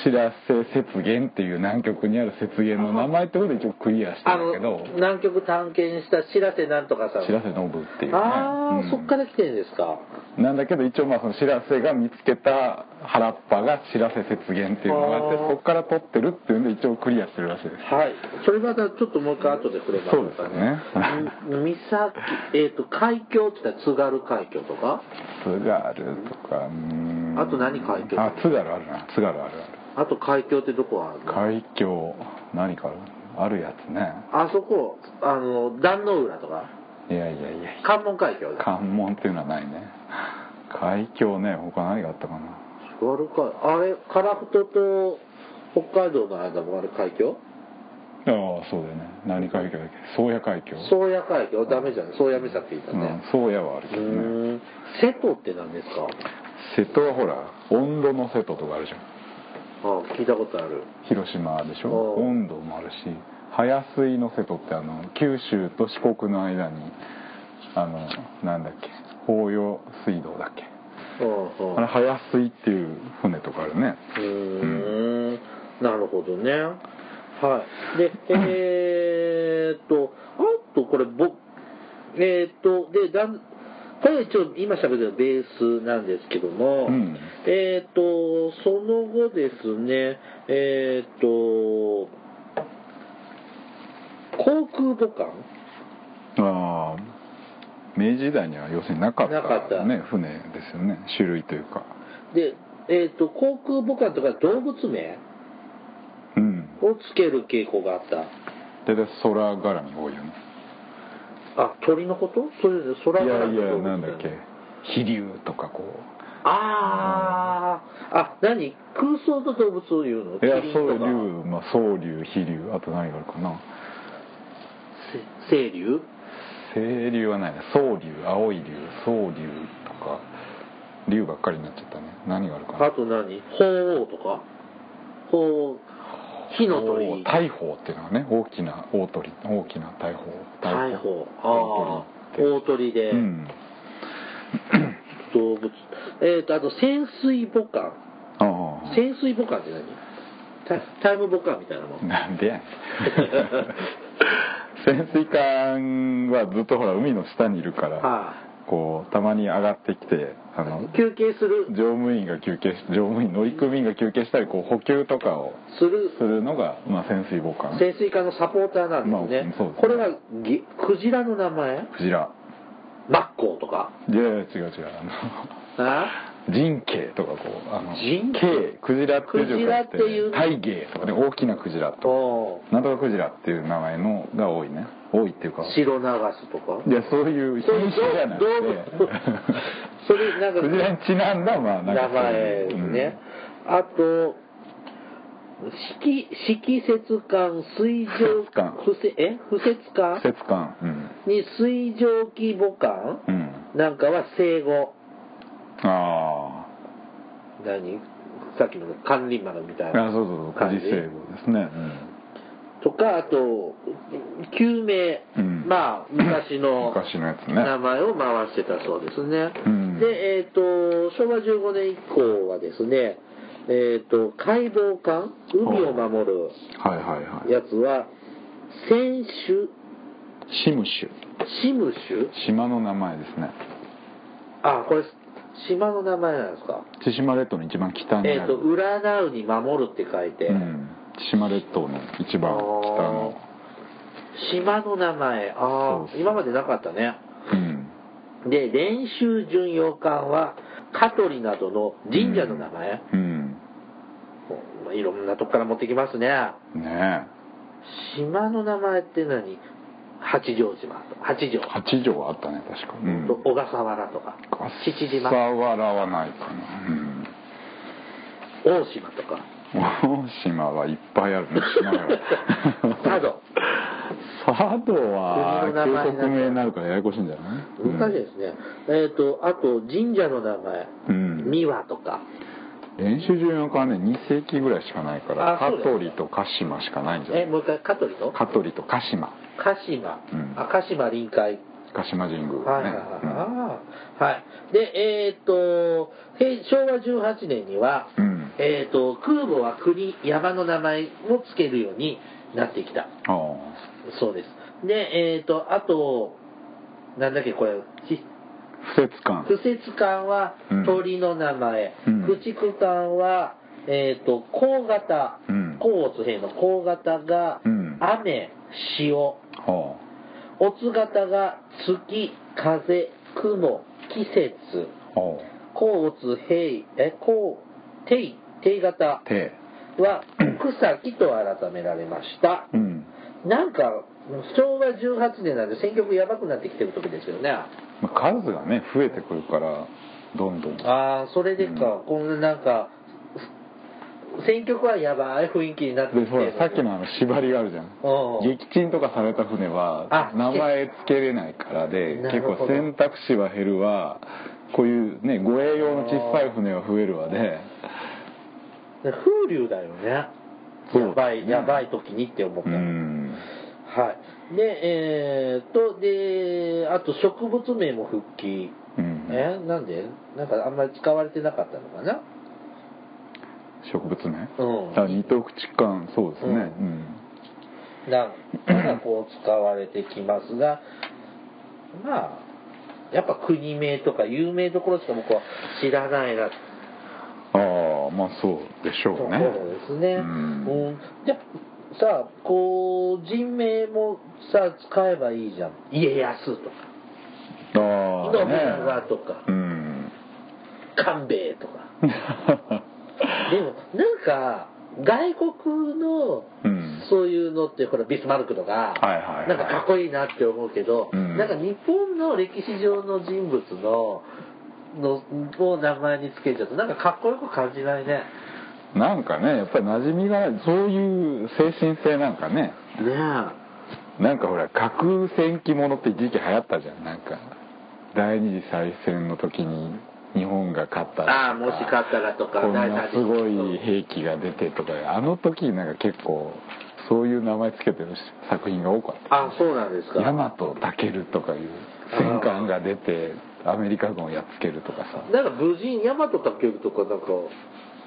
[SPEAKER 2] 知らせ雪原っていう南極にある雪原の名前ってことで一応クリアした
[SPEAKER 1] あ
[SPEAKER 2] んだ
[SPEAKER 1] の
[SPEAKER 2] けど
[SPEAKER 1] 南極探検したしらせなんとかさん
[SPEAKER 2] 知らせ信っていうね
[SPEAKER 1] ああ、
[SPEAKER 2] うん
[SPEAKER 1] そっから来てるんですか
[SPEAKER 2] なんだけど一応まあその知らせが見つけた原っぱが知らせ雪原っていうのがあって
[SPEAKER 1] あー
[SPEAKER 2] そこから取ってるっていうんで一応クリアしてるらしいです
[SPEAKER 1] はいそれまたちょっともう一回後で触れます
[SPEAKER 2] そうですよね
[SPEAKER 1] み三崎えっ、と海峡って言ったら津軽海峡とか
[SPEAKER 2] 津軽とかうーん
[SPEAKER 1] あと何海峡
[SPEAKER 2] あ津軽あるな津軽ある
[SPEAKER 1] あと海峡ってどこあるの
[SPEAKER 2] ある海峡何かあるあるやつね
[SPEAKER 1] あそこあの壇ノ浦とか
[SPEAKER 2] いやいやいや
[SPEAKER 1] 関門海峡だ
[SPEAKER 2] 関門っていうのはないね海峡ね他何があったかな
[SPEAKER 1] 津軽海あれ樺太と北海道の間もあれ海峡
[SPEAKER 2] ああそうだよね何海峡だっけ宗谷海峡
[SPEAKER 1] 宗谷海峡ダメじゃない宗谷岬って言った
[SPEAKER 2] うん
[SPEAKER 1] ね
[SPEAKER 2] 宗谷はある
[SPEAKER 1] う
[SPEAKER 2] けどね
[SPEAKER 1] ーん瀬戸って何ですか
[SPEAKER 2] 瀬戸はほら温度の瀬戸とかあるじゃん
[SPEAKER 1] あ聞いたことある
[SPEAKER 2] 広島でしょ
[SPEAKER 1] うん
[SPEAKER 2] 温度もあるし早水の瀬戸ってあの九州と四国の間にあのなんだっけ豊洋水道だっけ
[SPEAKER 1] うんうん
[SPEAKER 2] あれ早水っていう船とかあるね
[SPEAKER 1] うーんなるほどね。はい。で、えーっと、あとこれ、ぼ、えーっと、で、だん、これ一応今喋ってるのベースなんですけども、
[SPEAKER 2] うん
[SPEAKER 1] えーっと、その後ですね、えーっと、航空母艦
[SPEAKER 2] ああ明治時代には要するになかった,、ね、
[SPEAKER 1] なかった
[SPEAKER 2] 船ですよね種類というか
[SPEAKER 1] で、えー、と航空母艦とか動物名
[SPEAKER 2] うん
[SPEAKER 1] をつける傾向があった
[SPEAKER 2] 大体空絡みが多いよね
[SPEAKER 1] あ鳥のことそれで
[SPEAKER 2] い
[SPEAKER 1] 空
[SPEAKER 2] や
[SPEAKER 1] から
[SPEAKER 2] い
[SPEAKER 1] の動
[SPEAKER 2] や
[SPEAKER 1] 物
[SPEAKER 2] なんだっけ飛竜とかこ
[SPEAKER 1] あーあ何空想と動物を言うの
[SPEAKER 2] ういや
[SPEAKER 1] キリンと
[SPEAKER 2] そう
[SPEAKER 1] か
[SPEAKER 2] 竜まあ蒼竜飛竜あと何があるかな
[SPEAKER 1] せ清流
[SPEAKER 2] 清流はないね蒼竜青い竜蒼竜とか竜ばっかりになっちゃったね何があるかな
[SPEAKER 1] あと何鳳凰とか鳳凰火の鳥
[SPEAKER 2] 大砲っていうのはね大きな大鳥大きな大砲
[SPEAKER 1] 大砲
[SPEAKER 2] 大
[SPEAKER 1] ああ
[SPEAKER 2] 鳥
[SPEAKER 1] 大
[SPEAKER 2] って
[SPEAKER 1] 鳥で、
[SPEAKER 2] うん
[SPEAKER 1] 動物えっ、とあと潜水母艦
[SPEAKER 2] ああ
[SPEAKER 1] 潜水母艦って何タタイム母艦みたいなもん
[SPEAKER 2] なんでやねん潜水艦はずっとほら海の下にいるから、
[SPEAKER 1] は
[SPEAKER 2] こうたまに上がってきてあの
[SPEAKER 1] い休憩する
[SPEAKER 2] 乗務員が休憩し乗務員乗組員が休憩したりこう補給とかを
[SPEAKER 1] する
[SPEAKER 2] するのが、まあ、潜水母艦
[SPEAKER 1] 潜水艦のサポーターなんです
[SPEAKER 2] ま
[SPEAKER 1] ね
[SPEAKER 2] あ,、そうですね
[SPEAKER 1] これはぎクジラの名前
[SPEAKER 2] クジラ
[SPEAKER 1] マッコウとか
[SPEAKER 2] いやいや違う違うあの
[SPEAKER 1] あ
[SPEAKER 2] 人形とかこうあの
[SPEAKER 1] 人
[SPEAKER 2] 形クジラっていう字を書いて
[SPEAKER 1] クジラっていう
[SPEAKER 2] 大芸とかね大きなクジラと
[SPEAKER 1] と
[SPEAKER 2] なんとかクジラっていう名前のが多いね多いっていうかい
[SPEAKER 1] 白流すとか
[SPEAKER 2] やそういう
[SPEAKER 1] そうい
[SPEAKER 2] 品
[SPEAKER 1] う
[SPEAKER 2] 種じゃなく
[SPEAKER 1] 動物
[SPEAKER 2] て
[SPEAKER 1] それなんか
[SPEAKER 2] クジラに ちなんだまあなん
[SPEAKER 1] 名
[SPEAKER 2] かそう
[SPEAKER 1] 前
[SPEAKER 2] いう
[SPEAKER 1] ね、あと色色節艦水
[SPEAKER 2] 不
[SPEAKER 1] 上
[SPEAKER 2] 節艦
[SPEAKER 1] 不せえ不節
[SPEAKER 2] うん
[SPEAKER 1] 艦
[SPEAKER 2] 季節感うん、
[SPEAKER 1] に水上規母艦
[SPEAKER 2] うん、
[SPEAKER 1] なんかは生後
[SPEAKER 2] あ
[SPEAKER 1] 何さっきの管理マンみた
[SPEAKER 2] ー
[SPEAKER 1] い
[SPEAKER 2] あ
[SPEAKER 1] な
[SPEAKER 2] そうそうそう
[SPEAKER 1] 感
[SPEAKER 2] 家
[SPEAKER 1] じ
[SPEAKER 2] 事成語ですね、
[SPEAKER 1] とかあと救命、
[SPEAKER 2] うん
[SPEAKER 1] まあ昔
[SPEAKER 2] うん、
[SPEAKER 1] の
[SPEAKER 2] 昔のやつね
[SPEAKER 1] 名前を回してたそうですね、
[SPEAKER 2] うん
[SPEAKER 1] でえっ、と昭和15年以降はですねえっ、と海防艦海を守る
[SPEAKER 2] はいはいはい
[SPEAKER 1] やつは船種
[SPEAKER 2] シムシュ
[SPEAKER 1] シム種
[SPEAKER 2] 島の名前ですね
[SPEAKER 1] あこれ島の名前なんですか
[SPEAKER 2] 千島列島の一番北にあ
[SPEAKER 1] え
[SPEAKER 2] る
[SPEAKER 1] っ、と「占うに守る」って書いて、
[SPEAKER 2] うん、千島列島の一番北の、
[SPEAKER 1] 島の名前
[SPEAKER 2] そ
[SPEAKER 1] あ
[SPEAKER 2] うそ
[SPEAKER 1] あ
[SPEAKER 2] う
[SPEAKER 1] 今までなかったね
[SPEAKER 2] うん、
[SPEAKER 1] で練習巡洋艦は香取などの神社の名前、
[SPEAKER 2] うん
[SPEAKER 1] まあいろんなとこから持ってきますね
[SPEAKER 2] ね
[SPEAKER 1] 島の名前って何八丈島と八丈
[SPEAKER 2] え八条はあったね確か、うん、
[SPEAKER 1] と小笠原とか父島
[SPEAKER 2] 小笠原はないかな、うん、
[SPEAKER 1] 大島とか
[SPEAKER 2] 大島はいっぱいあるね島よ
[SPEAKER 1] 佐渡
[SPEAKER 2] 佐渡は
[SPEAKER 1] 国の名前
[SPEAKER 2] 旧国名になるからややこしいんじゃない
[SPEAKER 1] 難しいですね、えっ、とあと神社の名前
[SPEAKER 2] うん、
[SPEAKER 1] 三輪とか
[SPEAKER 2] 練習巡洋艦はね2世紀ぐらいしかないから
[SPEAKER 1] あ
[SPEAKER 2] 香
[SPEAKER 1] そうだよ
[SPEAKER 2] 取と鹿島しかないんじゃな
[SPEAKER 1] えも
[SPEAKER 2] いう
[SPEAKER 1] 一回香取と
[SPEAKER 2] 香取と鹿島
[SPEAKER 1] 鹿島、
[SPEAKER 2] うん
[SPEAKER 1] あ鹿島臨海
[SPEAKER 2] 鹿島神宮ね、
[SPEAKER 1] はいはいはい、はい、でえっ、と平昭和18年には、
[SPEAKER 2] うんうん
[SPEAKER 1] えっと空母は国山の名前を付けるようになってきた
[SPEAKER 2] ああ
[SPEAKER 1] そうですでえっ、とあとなんだっけこれひ
[SPEAKER 2] 不節感
[SPEAKER 1] 不節艦は
[SPEAKER 2] うん
[SPEAKER 1] 鳥の名前、
[SPEAKER 2] うん
[SPEAKER 1] 駆逐艦はえっ、と甲型
[SPEAKER 2] うん
[SPEAKER 1] 甲乙兵の甲型が
[SPEAKER 2] うん
[SPEAKER 1] 雨潮
[SPEAKER 2] は
[SPEAKER 1] 乙型が月風雲季節
[SPEAKER 2] あは
[SPEAKER 1] 甲乙平え甲定定型
[SPEAKER 2] あ手
[SPEAKER 1] は草木と改められました
[SPEAKER 2] うん、
[SPEAKER 1] なんか昭和18年なんで選挙区やばくなってきてる時ですよね
[SPEAKER 2] まあ、数がね増えてくるからどんどん
[SPEAKER 1] ああそれでか、こんななんか選挙区はやばい雰囲気になってき
[SPEAKER 2] で
[SPEAKER 1] て
[SPEAKER 2] ほらさっきのあの縛りがあるじゃん
[SPEAKER 1] うん
[SPEAKER 2] 撃沈とかされた船は
[SPEAKER 1] あ
[SPEAKER 2] 名前付けれないからで
[SPEAKER 1] な
[SPEAKER 2] 結
[SPEAKER 1] るほど
[SPEAKER 2] 構選択肢は減るわこういうね護衛用の小さい船は増えるわで
[SPEAKER 1] 風流だよね
[SPEAKER 2] そう
[SPEAKER 1] やばいやばい時にって思っ
[SPEAKER 2] う
[SPEAKER 1] た、
[SPEAKER 2] ん
[SPEAKER 1] はいでえー、っとであと植物名も復帰
[SPEAKER 2] うん
[SPEAKER 1] えなんでなんかあんまり使われてなかったのかな
[SPEAKER 2] 植物名
[SPEAKER 1] うん
[SPEAKER 2] あ二等駆逐艦そうですね
[SPEAKER 1] う
[SPEAKER 2] うん
[SPEAKER 1] なんなんかこう使われてきますがまあやっぱ国名とか有名どころしか僕は知らないな
[SPEAKER 2] ああまあそうでしょ
[SPEAKER 1] とこ
[SPEAKER 2] うね
[SPEAKER 1] ろですね。
[SPEAKER 2] うん
[SPEAKER 1] うんじゃさあこう人名もさ使えばいいじゃん家康とか
[SPEAKER 2] ああ
[SPEAKER 1] 信
[SPEAKER 2] あ、
[SPEAKER 1] 長とか
[SPEAKER 2] うん。
[SPEAKER 1] 官兵衛とかでもなんか外国の
[SPEAKER 2] うん
[SPEAKER 1] そういうのってほらビスマルクとか
[SPEAKER 2] はいはいはい
[SPEAKER 1] なんかかっこいいなって思うけど
[SPEAKER 2] うん
[SPEAKER 1] なんか日本の歴史上の人物ののを名前につけちゃうとなんかかっこよく感じないね
[SPEAKER 2] なんかねやっぱり馴染みがそういう精神性なんかね
[SPEAKER 1] ね
[SPEAKER 2] なんかほら核戦記ものって一時期流行ったじゃんなんか第二次再戦の時に日本が勝ったらと
[SPEAKER 1] ああもし勝ったらとか
[SPEAKER 2] こん
[SPEAKER 1] 第三
[SPEAKER 2] な
[SPEAKER 1] 次
[SPEAKER 2] すごい兵器が出てとかあの時なんか結構そういう名前つけてる作品が多かった
[SPEAKER 1] あそうなんですか
[SPEAKER 2] 大和武とかいう戦艦が出てアメリカ軍をやっつけるとかさ
[SPEAKER 1] なんか無人ヤマトかけるとかなんか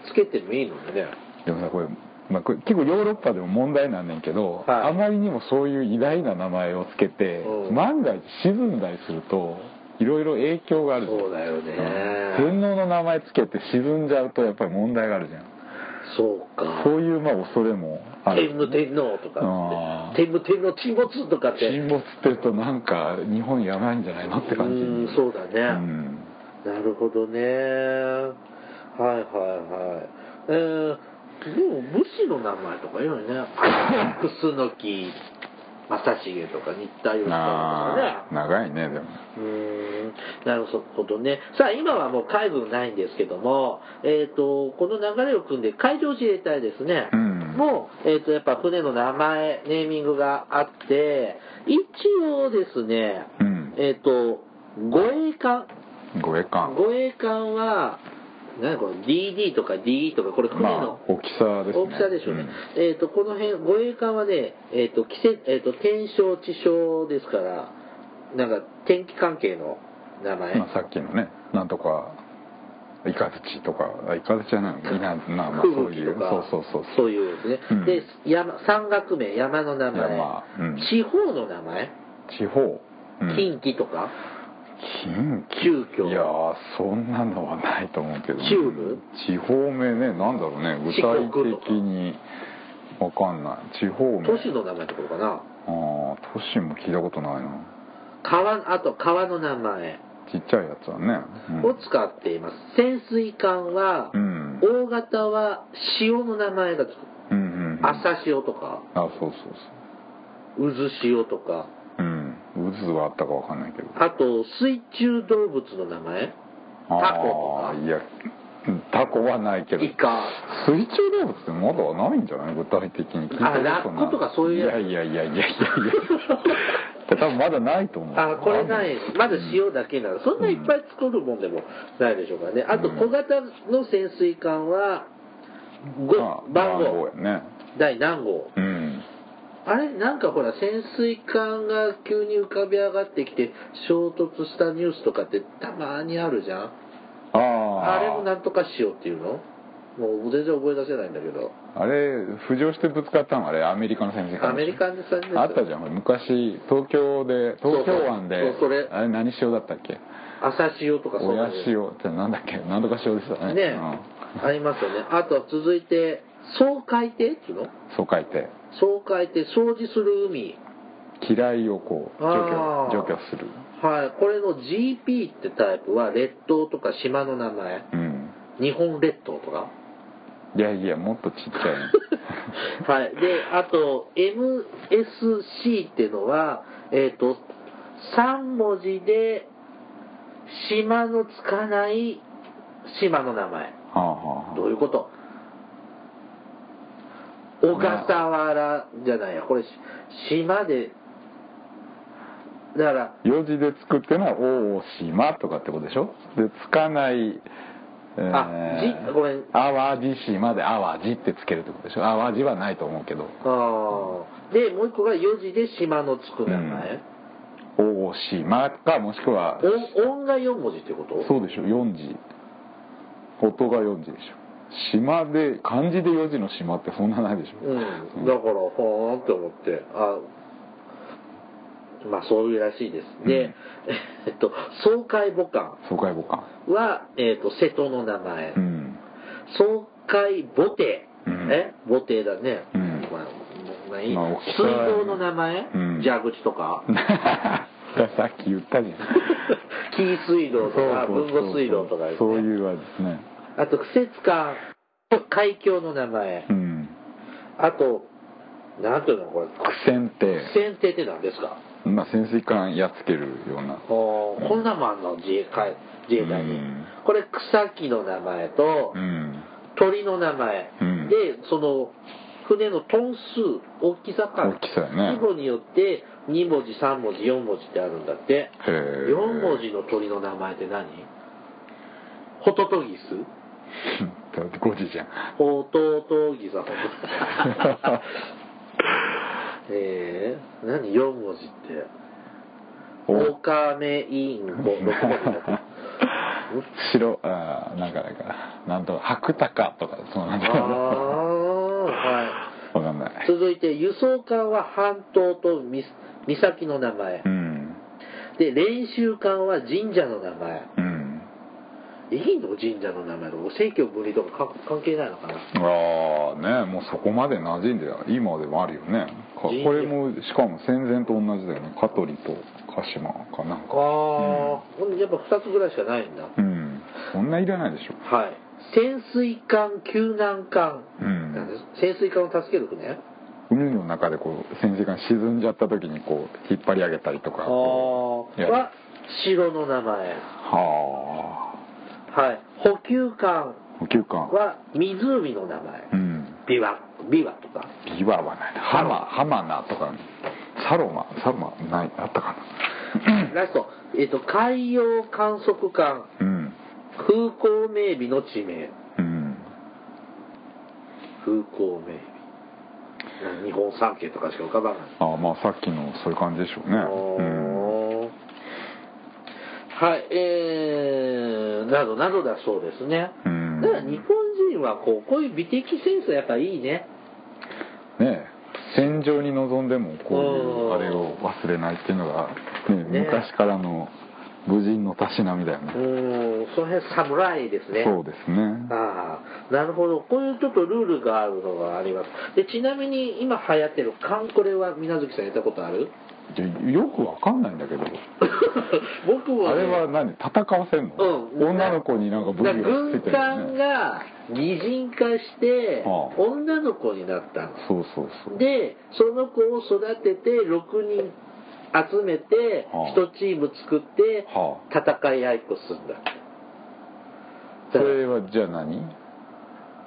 [SPEAKER 1] つけてもいいのにね
[SPEAKER 2] でもさこれ,、まあ、これ結構ヨーロッパでも問題なんねんけど、
[SPEAKER 1] はい
[SPEAKER 2] あまりにもそういう偉大な名前をつけて、
[SPEAKER 1] うん
[SPEAKER 2] 万が一沈んだりするといろいろ影響があるじゃん
[SPEAKER 1] そうだよね
[SPEAKER 2] うん天皇の名前つけて沈んじゃうとやっぱり問題があるじゃん
[SPEAKER 1] そうか
[SPEAKER 2] そういうまあ恐れもあ
[SPEAKER 1] 天
[SPEAKER 2] る
[SPEAKER 1] 武天皇とか
[SPEAKER 2] あ
[SPEAKER 1] っ
[SPEAKER 2] ー
[SPEAKER 1] て天武天皇沈没とかって
[SPEAKER 2] 沈没ってるとなんか日本やばいんじゃないのって感じ
[SPEAKER 1] うーんそうだね
[SPEAKER 2] うん
[SPEAKER 1] なるほどねはいはいはいえーでも武士の名前とかいいのにね楠木正成とか新田義貞とか
[SPEAKER 2] あ
[SPEAKER 1] ね
[SPEAKER 2] ー長いねでも
[SPEAKER 1] うーんなるほどね。さあ、今はもう海軍ないんですけども、えっ、と、この流れを組んで海上自衛隊ですね。
[SPEAKER 2] うん
[SPEAKER 1] もう、えっ、と、やっぱ船の名前、ネーミングがあって、一応ですね、
[SPEAKER 2] うん
[SPEAKER 1] えっ、と、護衛艦、
[SPEAKER 2] 護衛艦
[SPEAKER 1] 護衛艦は、何この DD とか DE とか、これ船
[SPEAKER 2] まあ
[SPEAKER 1] の
[SPEAKER 2] 大きさですね
[SPEAKER 1] 大きさでしょうね。えっ、と、この辺、護衛艦はね、えっ、と、季節、えっ、と、天正地正ですから、なんか、天気関係の名前。
[SPEAKER 2] まあ、さっきのねなんとかイカズチとかあイカズチじゃないいなまあまあ
[SPEAKER 1] 吹
[SPEAKER 2] そう
[SPEAKER 1] 雪
[SPEAKER 2] い
[SPEAKER 1] と
[SPEAKER 2] う
[SPEAKER 1] か
[SPEAKER 2] そうそうそう
[SPEAKER 1] そういうですね、
[SPEAKER 2] うん
[SPEAKER 1] で山山岳名山の名前、
[SPEAKER 2] 山うん
[SPEAKER 1] 地方の名前、
[SPEAKER 2] 地方、うん
[SPEAKER 1] 近畿とか
[SPEAKER 2] 近
[SPEAKER 1] 中京
[SPEAKER 2] 畿いやーそんなのはないと思うけど
[SPEAKER 1] 中部
[SPEAKER 2] 地方名ねなんだろうね具
[SPEAKER 1] 四国
[SPEAKER 2] 体的にわかんない地方名
[SPEAKER 1] 都市の名前とかかな
[SPEAKER 2] ああ都市も聞いたことないな
[SPEAKER 1] 川あと川の名前
[SPEAKER 2] ちっちゃいやつはね
[SPEAKER 1] を使っています、潜水艦は、
[SPEAKER 2] うん、うん、
[SPEAKER 1] 大型は潮の名前がつく
[SPEAKER 2] うんうんうんあ
[SPEAKER 1] 朝潮とか
[SPEAKER 2] そうそうそ
[SPEAKER 1] 渦潮とか
[SPEAKER 2] ううん渦はあったかわかんないけど
[SPEAKER 1] あと水中動物の名前タコ
[SPEAKER 2] ああいやタコはないけど
[SPEAKER 1] イカ
[SPEAKER 2] 水中動物ってまだないんじゃない具体的に聞いたことない
[SPEAKER 1] あラッコとかそういうやつ
[SPEAKER 2] いやいやいやいやいやいや 多分まだないと思う
[SPEAKER 1] あこれないまず
[SPEAKER 2] うん
[SPEAKER 1] 塩だけならそんないっぱい作るもんでもないでしょうからねあと
[SPEAKER 2] うん
[SPEAKER 1] 小型の潜水艦は
[SPEAKER 2] あ
[SPEAKER 1] 5番
[SPEAKER 2] 番
[SPEAKER 1] 号
[SPEAKER 2] 号やね
[SPEAKER 1] 第何号
[SPEAKER 2] うん
[SPEAKER 1] あれなんかほら潜水艦が急に浮かび上がってきて衝突したニュースとかってたまにあるじゃん
[SPEAKER 2] あ
[SPEAKER 1] あ
[SPEAKER 2] あ
[SPEAKER 1] れもなんとか塩っていうのもう全然覚え出せないんだけど
[SPEAKER 2] あれ浮上してぶつかったのあれアメリカの先生から
[SPEAKER 1] アメリカの先生
[SPEAKER 2] あったじゃんほら昔東京で東京湾で
[SPEAKER 1] そうそうそうそれ
[SPEAKER 2] あれ何塩だったっけ
[SPEAKER 1] 朝塩とかそう
[SPEAKER 2] 親
[SPEAKER 1] いう
[SPEAKER 2] 塩ってなんだっけ何とか塩でしたね
[SPEAKER 1] ね
[SPEAKER 2] う
[SPEAKER 1] ありますよねあと続いて総海底っていうの
[SPEAKER 2] ん、そう書いて
[SPEAKER 1] 総海底掃除する海
[SPEAKER 2] 嫌いをこう
[SPEAKER 1] あ
[SPEAKER 2] 除
[SPEAKER 1] ー
[SPEAKER 2] 去除去する
[SPEAKER 1] はいこれの GP ってタイプは列島とか島の名前
[SPEAKER 2] うん
[SPEAKER 1] 日本列島とか
[SPEAKER 2] いやいやもっとち っちゃいの
[SPEAKER 1] はいであと MSC っていうのはえっ、と3文字で島のつかない島の名前
[SPEAKER 2] はあはあ
[SPEAKER 1] ど
[SPEAKER 2] は
[SPEAKER 1] ういうこと小笠原じゃないやこれし島でだから
[SPEAKER 2] あ四字で作ってのは大島とかってことでしょでつかないえー
[SPEAKER 1] あじごめん
[SPEAKER 2] 淡路島で淡路ってつけるってことでしょ淡路はないと思うけど
[SPEAKER 1] ああでもう一個が4字で島のつく名前、
[SPEAKER 2] 大島かもしくは
[SPEAKER 1] 音音が4文字ってこと
[SPEAKER 2] そうでしょ4字音が4字でしょ島で漢字で4字の島ってそんなないでしょ
[SPEAKER 1] うんだからほーんって思ってあまあそういうらしいです、
[SPEAKER 2] うん
[SPEAKER 1] で えっと総海母艦
[SPEAKER 2] 疎開母艦
[SPEAKER 1] は、えっと瀬戸の名前、
[SPEAKER 2] うん
[SPEAKER 1] 総海母邸、
[SPEAKER 2] うん
[SPEAKER 1] え母邸だね、
[SPEAKER 2] うん
[SPEAKER 1] まあまあいい
[SPEAKER 2] まあ大き
[SPEAKER 1] 水
[SPEAKER 2] さは
[SPEAKER 1] 道の名前、
[SPEAKER 2] う ん
[SPEAKER 1] 蛇口とか
[SPEAKER 2] さっき言ったじゃん
[SPEAKER 1] 紀伊水道とか豊
[SPEAKER 2] そうそうそうそう
[SPEAKER 1] 後水道とかですね
[SPEAKER 2] そういうはですね
[SPEAKER 1] あと季節感海峡の名前
[SPEAKER 2] うん
[SPEAKER 1] あとなんていうのこれ
[SPEAKER 2] 苦戦って
[SPEAKER 1] 苦戦艇って何ですか
[SPEAKER 2] まあ潜水艦やっつけるような
[SPEAKER 1] おーこんなもんあんの自衛隊自衛隊に
[SPEAKER 2] うん
[SPEAKER 1] これ草木の名前と
[SPEAKER 2] うん
[SPEAKER 1] 鳥の名前、
[SPEAKER 2] うん
[SPEAKER 1] でその船のトン数大きさか
[SPEAKER 2] 大きさやね
[SPEAKER 1] 規模によって2文字3文字4文字ってあるんだって
[SPEAKER 2] へえ
[SPEAKER 1] 4文字の鳥の名前って何ホトトギス
[SPEAKER 2] だって5時じゃん
[SPEAKER 1] ホトトギス はホトえー、何4文字ってオカメインコ6文字だっ た
[SPEAKER 2] 白あーなんかなんかなんと白鷹とかそうなん
[SPEAKER 1] あ
[SPEAKER 2] だ
[SPEAKER 1] あは
[SPEAKER 2] わかんない
[SPEAKER 1] い続いて輸送艦は半島とみ岬の名前
[SPEAKER 2] うん
[SPEAKER 1] で練習艦は神社の名前
[SPEAKER 2] うん
[SPEAKER 1] いいの神社の名前の正教分離とかか関係ないのかな
[SPEAKER 2] ああねもうそこまで馴染んで今でもあるよねかこ
[SPEAKER 1] いい
[SPEAKER 2] れもしかも戦前と同じだよね香取と鹿島かなんか
[SPEAKER 1] ああ、やっぱ2つぐらいしかないんだ、
[SPEAKER 2] うんそんないらないでしょ
[SPEAKER 1] はい潜水艦救難艦
[SPEAKER 2] う
[SPEAKER 1] なんで
[SPEAKER 2] ん
[SPEAKER 1] す、潜水艦を助ける船
[SPEAKER 2] 海の中でこう潜水艦沈んじゃった時にこう引っ張り上げたりとか
[SPEAKER 1] ああ
[SPEAKER 2] こうやる
[SPEAKER 1] は城の名前
[SPEAKER 2] は
[SPEAKER 1] はい補給艦
[SPEAKER 2] あ補給艦
[SPEAKER 1] は湖の名前
[SPEAKER 2] うん
[SPEAKER 1] 琵琶琵琶とか
[SPEAKER 2] ビワはないなハマハマナとかサロマサロマないあったか
[SPEAKER 1] ラスト、えっと海洋観測艦
[SPEAKER 2] なうん
[SPEAKER 1] 風光明媚の地名
[SPEAKER 2] うん
[SPEAKER 1] 風光明媚な日本三景とかしか浮かばない
[SPEAKER 2] ああまあさっきのそういう感じでしょうねうん
[SPEAKER 1] おーはいえー、などなどだそうですね、
[SPEAKER 2] うん
[SPEAKER 1] だから日本人はこうこういう美的センスやっぱいいね
[SPEAKER 2] ねえ戦場に臨んでもこういう
[SPEAKER 1] うん
[SPEAKER 2] あれを忘れないっていうのが、ね
[SPEAKER 1] ね
[SPEAKER 2] 昔からの武人のたしなみだよ
[SPEAKER 1] う
[SPEAKER 2] ね、
[SPEAKER 1] んその辺侍ですね
[SPEAKER 2] そうですね
[SPEAKER 1] ああなるほどこういうちょっとルールがあるのがありますでちなみに今流行ってるカンコレは水無月さんやったことある
[SPEAKER 2] でよくわかんないんだけど、
[SPEAKER 1] 僕
[SPEAKER 2] あ
[SPEAKER 1] はね、
[SPEAKER 2] れは何戦わせんの、
[SPEAKER 1] うん
[SPEAKER 2] 女の子になんか武器
[SPEAKER 1] だ
[SPEAKER 2] が
[SPEAKER 1] から
[SPEAKER 2] つい
[SPEAKER 1] 軍
[SPEAKER 2] てるよ
[SPEAKER 1] 艦
[SPEAKER 2] ね
[SPEAKER 1] が擬人化して、
[SPEAKER 2] はあ
[SPEAKER 1] 女の子になったの
[SPEAKER 2] そうそうそう
[SPEAKER 1] でその子を育てて6人集めて
[SPEAKER 2] はあ
[SPEAKER 1] 1チーム作って
[SPEAKER 2] はあ
[SPEAKER 1] 戦い合いっこするんだ
[SPEAKER 2] それはじゃあ何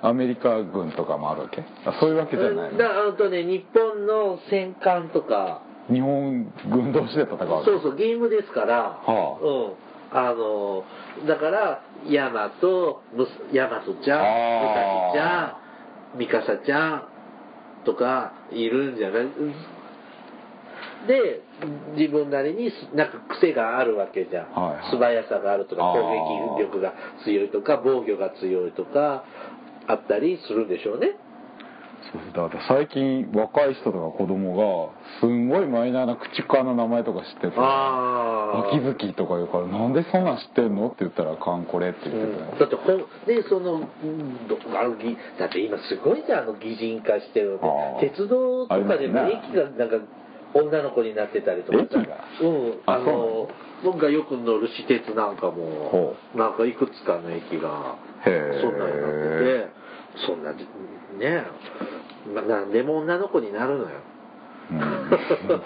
[SPEAKER 2] アメリカ軍とかもあるわけあそういうわけじゃない
[SPEAKER 1] うん
[SPEAKER 2] の
[SPEAKER 1] だあとね日本の戦艦とか
[SPEAKER 2] 日本軍同士で戦うわけ
[SPEAKER 1] そうそうゲームですから、
[SPEAKER 2] はあ
[SPEAKER 1] うんあのだからヤマトむすヤマトちゃんムサ
[SPEAKER 2] あ
[SPEAKER 1] シちゃん
[SPEAKER 2] ー
[SPEAKER 1] ミカサちゃんとかいるんじゃないうんで自分なりにすなんか癖があるわけじゃん、
[SPEAKER 2] はいはい
[SPEAKER 1] 素早さがあるとか
[SPEAKER 2] あー
[SPEAKER 1] 攻撃力が強いとか防御が強いとかあったりするんでしょうね
[SPEAKER 2] そうですだって最近若い人とか子供がすんごいマイナーな口からの名前とか知ってて
[SPEAKER 1] あー
[SPEAKER 2] 秋月とか言うから「なんでそんなん知ってんの?」って言ったら「カンコレ」って言ってたよ
[SPEAKER 1] だってほんでそのうんどあのぎだって今すごいじゃんあの擬人化してるの
[SPEAKER 2] ああ
[SPEAKER 1] で鉄道とかでも
[SPEAKER 2] あります
[SPEAKER 1] 駅がなんか女の子になってたりとか
[SPEAKER 2] 駅が
[SPEAKER 1] うん
[SPEAKER 2] あ
[SPEAKER 1] あの僕がよく乗る私鉄なんかも
[SPEAKER 2] ほ
[SPEAKER 1] なんかいくつかの駅が
[SPEAKER 2] へえ
[SPEAKER 1] そんなんになっててそんなじねえ、ま、なんでも女の子になるのよ
[SPEAKER 2] うん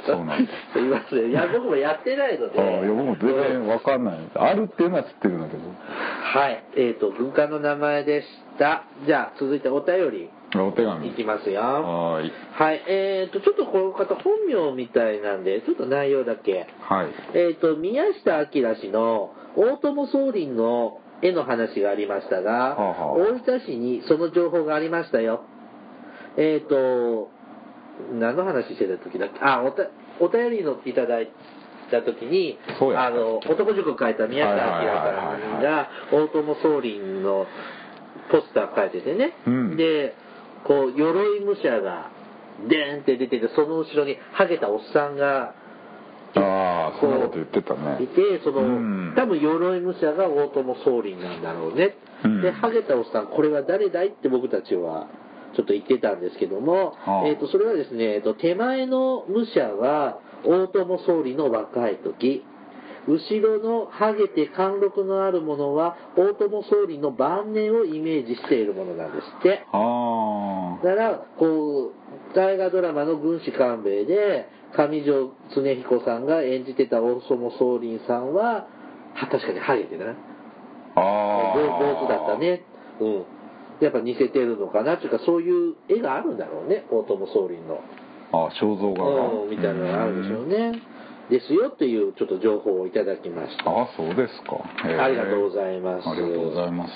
[SPEAKER 2] そうな んだ
[SPEAKER 1] すいませんいや僕もやってないので
[SPEAKER 2] ああいや僕も全然わかんないあるっていうのは知ってるんだけ
[SPEAKER 1] はい、えー、と軍艦の名前でしたじゃあ続いてお便
[SPEAKER 2] どお手
[SPEAKER 1] りい
[SPEAKER 2] 紙
[SPEAKER 1] きますよ
[SPEAKER 2] はーい
[SPEAKER 1] はいえー、とちょっとこの方本名みたいなんでちょっと内容だけ
[SPEAKER 2] はい
[SPEAKER 1] えー、と宮下明氏の大友宗麟の絵の話がありましたが、
[SPEAKER 2] はあはあ
[SPEAKER 1] 大分市にその情報がありましたよえっ、と何の話してた時だっけあおたお便りのいただいた時に
[SPEAKER 2] そうや
[SPEAKER 1] あの男塾書いた宮下明さんが大友宗麟のポスター書いててね、
[SPEAKER 2] うん
[SPEAKER 1] でこう鎧武者がデーンって出ててその後ろにハゲたおっさんが
[SPEAKER 2] ああそんなこと
[SPEAKER 1] こう
[SPEAKER 2] 言ってたね
[SPEAKER 1] いてその、
[SPEAKER 2] うん
[SPEAKER 1] 多分鎧武者が大友宗麟なんだろうね、
[SPEAKER 2] うん
[SPEAKER 1] でハゲたおっさんこれは誰だいって僕たちはちょっと言ってたんですけども、
[SPEAKER 2] はあ
[SPEAKER 1] えー、とそれはですね、えー、と手前の武者は大友宗麟の若い時後ろのハゲて貫禄のあるものは大友総理の晩年をイメージしているものなんですって
[SPEAKER 2] あ
[SPEAKER 1] だからこう大河ドラマの「軍師官兵衛」で上条恒彦さんが演じてた大友宗麟さんはは確かにハゲてな
[SPEAKER 2] ああ
[SPEAKER 1] 坊坊主だったねうんやっぱ似せてるのかなっていうかそういう絵があるんだろうね大友宗麟の
[SPEAKER 2] ああ肖像画が
[SPEAKER 1] うんみたいなのがあるんでしょう
[SPEAKER 2] ね
[SPEAKER 1] ねですよというちょっと情報をいただきました
[SPEAKER 2] ああそうですかへえ
[SPEAKER 1] ありがとうございます
[SPEAKER 2] ありがとうございます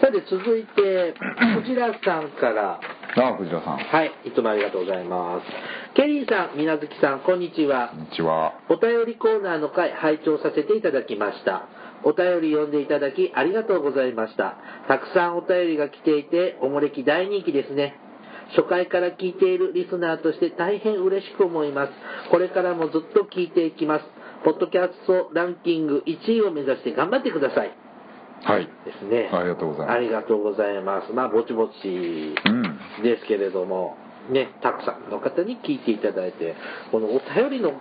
[SPEAKER 1] さて続いて藤田さんから
[SPEAKER 2] ああ藤田さん
[SPEAKER 1] はい、いつもありがとうございます。ケリーさん、みなずきさん、こんにちは
[SPEAKER 2] こ。んにちは
[SPEAKER 1] お便りコーナーの回、拝聴させていただきました。お便り読んでいただき、ありがとうございました。たくさんお便りが来ていて、おもれき大人気ですね。初回から聞いているリスナーとして大変嬉しく思います。これからもずっと聞いていきます。ポッドキャストランキング1位を目指して頑張ってください。
[SPEAKER 2] はい
[SPEAKER 1] ですね。
[SPEAKER 2] ありがとうございます
[SPEAKER 1] ありがとうございます。まあ、ぼちぼち。
[SPEAKER 2] うん
[SPEAKER 1] ですけれども、ね、たくさんの方に聞いていただいて、このお便りの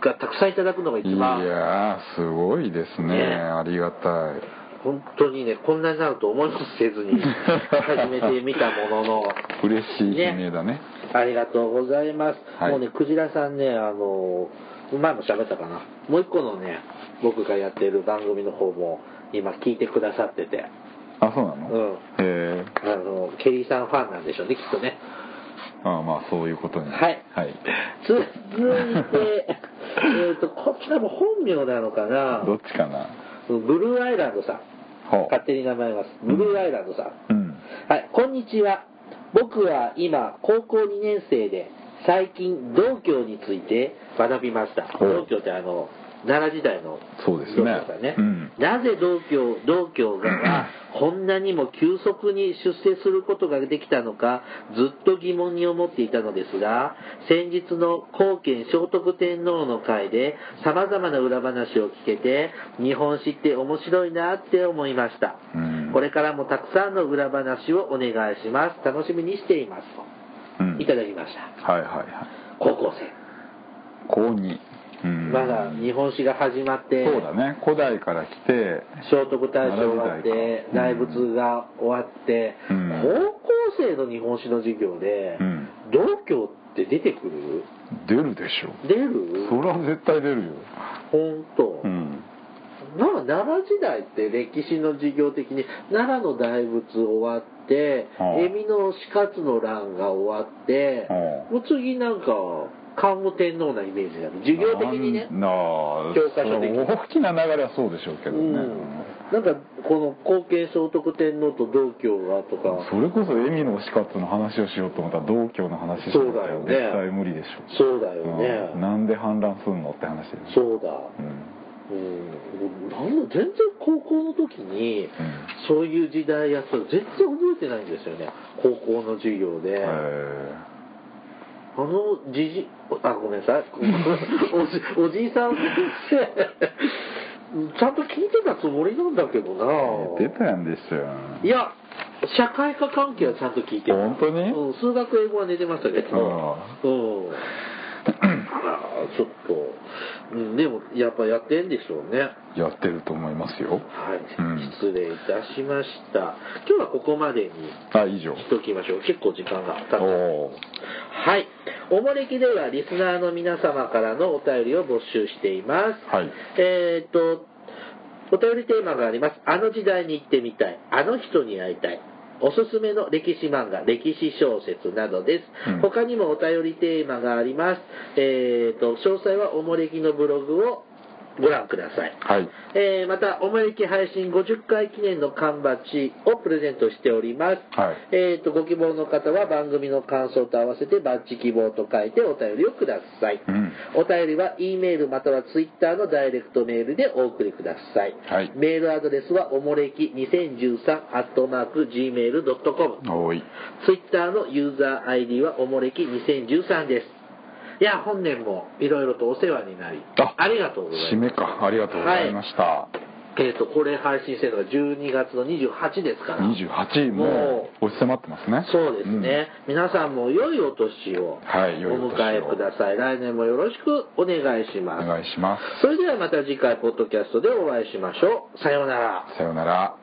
[SPEAKER 1] がたくさんいただくのが一
[SPEAKER 2] い
[SPEAKER 1] 番、
[SPEAKER 2] やーすごいですね
[SPEAKER 1] ね
[SPEAKER 2] ありがたい
[SPEAKER 1] 本当にね、こんなになると思いもせずに始めてみたもの の、
[SPEAKER 2] 嬉しい悲鳴だね
[SPEAKER 1] ありがとうございます。
[SPEAKER 2] はい
[SPEAKER 1] もうね、クジラさんね、あの、前も喋ったかな。もう一個のね、僕がやってる番組の方も、今聞いてくださってて、
[SPEAKER 2] あそうな
[SPEAKER 1] う
[SPEAKER 2] の、へ
[SPEAKER 1] ん。
[SPEAKER 2] え
[SPEAKER 1] あの、ケリーさんファンなんでしょうね、きっとね。
[SPEAKER 2] ああまあそういうことに
[SPEAKER 1] はい
[SPEAKER 2] はい、
[SPEAKER 1] 続いて、えっと、 こちらも本名なのかな
[SPEAKER 2] どっちかな
[SPEAKER 1] ブルーアイランドさん。
[SPEAKER 2] ほ
[SPEAKER 1] 勝手に名前言います。ブルーアイランドさん。
[SPEAKER 2] ううん
[SPEAKER 1] はい、こんにちは。僕は今、高校2年生で、最近、道教について学びました。
[SPEAKER 2] お
[SPEAKER 1] 道教ってあの、奈良時代の
[SPEAKER 2] そうですね
[SPEAKER 1] 道教だね
[SPEAKER 2] うん
[SPEAKER 1] なぜ道教、道教がこんなにも急速に出世することができたのか、ずっと疑問に思っていたのですが、先日の後見聖徳天皇の会で様々な裏話を聞けて、日本史って面白いなって思いました。
[SPEAKER 2] うん
[SPEAKER 1] これからもたくさんの裏話をお願いします。楽しみにしています。
[SPEAKER 2] うん
[SPEAKER 1] といただきました。
[SPEAKER 2] はいはいはい
[SPEAKER 1] 高校生。
[SPEAKER 2] 高二うん
[SPEAKER 1] まだ日本史が始まって、
[SPEAKER 2] そうだね古代から来て
[SPEAKER 1] 聖徳太子終わっ
[SPEAKER 2] 奈
[SPEAKER 1] て、
[SPEAKER 2] 良
[SPEAKER 1] 大
[SPEAKER 2] 時代か
[SPEAKER 1] 仏が終わって、
[SPEAKER 2] うん
[SPEAKER 1] 高校生の日本史の授業で、
[SPEAKER 2] うん
[SPEAKER 1] 道教って出てくる
[SPEAKER 2] 出るでしょ
[SPEAKER 1] 出る
[SPEAKER 2] それは絶対出るよ
[SPEAKER 1] 本当、
[SPEAKER 2] うん
[SPEAKER 1] なんか奈良時代って歴史の授業的に奈良の大仏終わって
[SPEAKER 2] ああ
[SPEAKER 1] 恵美の死活の乱が終わって
[SPEAKER 2] ああ
[SPEAKER 1] もう次なんか桓武天皇なイメージがある授業的にね
[SPEAKER 2] なあ
[SPEAKER 1] 教科書的に
[SPEAKER 2] 大きな流れはそうでしょうけど
[SPEAKER 1] う
[SPEAKER 2] ね、
[SPEAKER 1] んなんかこの後継聖徳天皇と道教がとか
[SPEAKER 2] それこそ恵美の推し活の話をしようと思ったら同居の話しようと思ったら
[SPEAKER 1] そうだよね
[SPEAKER 2] 絶対無理でし
[SPEAKER 1] そうだ
[SPEAKER 2] ょ
[SPEAKER 1] よね
[SPEAKER 2] うんなんで反乱すんのって話です
[SPEAKER 1] そうだ
[SPEAKER 2] う
[SPEAKER 1] う
[SPEAKER 2] ん
[SPEAKER 1] んなんだ全然高校の時に
[SPEAKER 2] うん
[SPEAKER 1] そういう時代やったら全然覚えてないんですよね高校の授業で、
[SPEAKER 2] へえ
[SPEAKER 1] あのじじあごめんなさい おじおじいさん先生ちゃんと聞いてたつもりなんだけどな
[SPEAKER 2] 出たやんでしょ
[SPEAKER 1] いや社会科関係はちゃんと聞いてた
[SPEAKER 2] 本当に
[SPEAKER 1] うん、数学英語は寝てましたけどう
[SPEAKER 2] あ
[SPEAKER 1] んあらちょっと、うん、でもやっぱやってんでしょうね
[SPEAKER 2] やってると思いますよ
[SPEAKER 1] はい、
[SPEAKER 2] うん
[SPEAKER 1] 失礼いたしました今日はここまでに
[SPEAKER 2] あ以上
[SPEAKER 1] しときましょう結構時間が経
[SPEAKER 2] お
[SPEAKER 1] った
[SPEAKER 2] お
[SPEAKER 1] はい。おもれきではリスナーの皆様からのお便りを募集しています。
[SPEAKER 2] はい
[SPEAKER 1] えーっと、お便りテーマがあります。あの時代に行ってみたい。あの人に会いたい。おすすめの歴史漫画、歴史小説などです。
[SPEAKER 2] うん
[SPEAKER 1] 他にもお便りテーマがあります。えーっと、詳細はおもれきのブログをご覧ください。
[SPEAKER 2] はい
[SPEAKER 1] えーまた、おもれき配信50回記念の缶バッジをプレゼントしております。
[SPEAKER 2] はい
[SPEAKER 1] えー、とご希望の方は番組の感想と合わせてバッジ希望と書いてお便りをください、
[SPEAKER 2] うん
[SPEAKER 1] お便りは E メールまたは Twitter のダイレクトメールでお送りください、
[SPEAKER 2] はい
[SPEAKER 1] メールアドレスはおもれき2013 gmail.com
[SPEAKER 2] おい
[SPEAKER 1] Twitter のユーザー ID はおもれき2013ですいや本年もいろいろとお世話になり
[SPEAKER 2] あ
[SPEAKER 1] ありがとうござい
[SPEAKER 2] 締
[SPEAKER 1] ます
[SPEAKER 2] めかありがとうございました、
[SPEAKER 1] えっ、と、これ配信してるのが12月の28ですから。
[SPEAKER 2] 28もう押し迫ってますね
[SPEAKER 1] そうですね、、皆さんも良いお年をお
[SPEAKER 2] はい良いお年を
[SPEAKER 1] 迎えください、来年もよろしくお願いし
[SPEAKER 2] うん
[SPEAKER 1] ます
[SPEAKER 2] お願いします
[SPEAKER 1] それではまた次回ポッドキャストでお会いしましょうさようなら
[SPEAKER 2] さようなら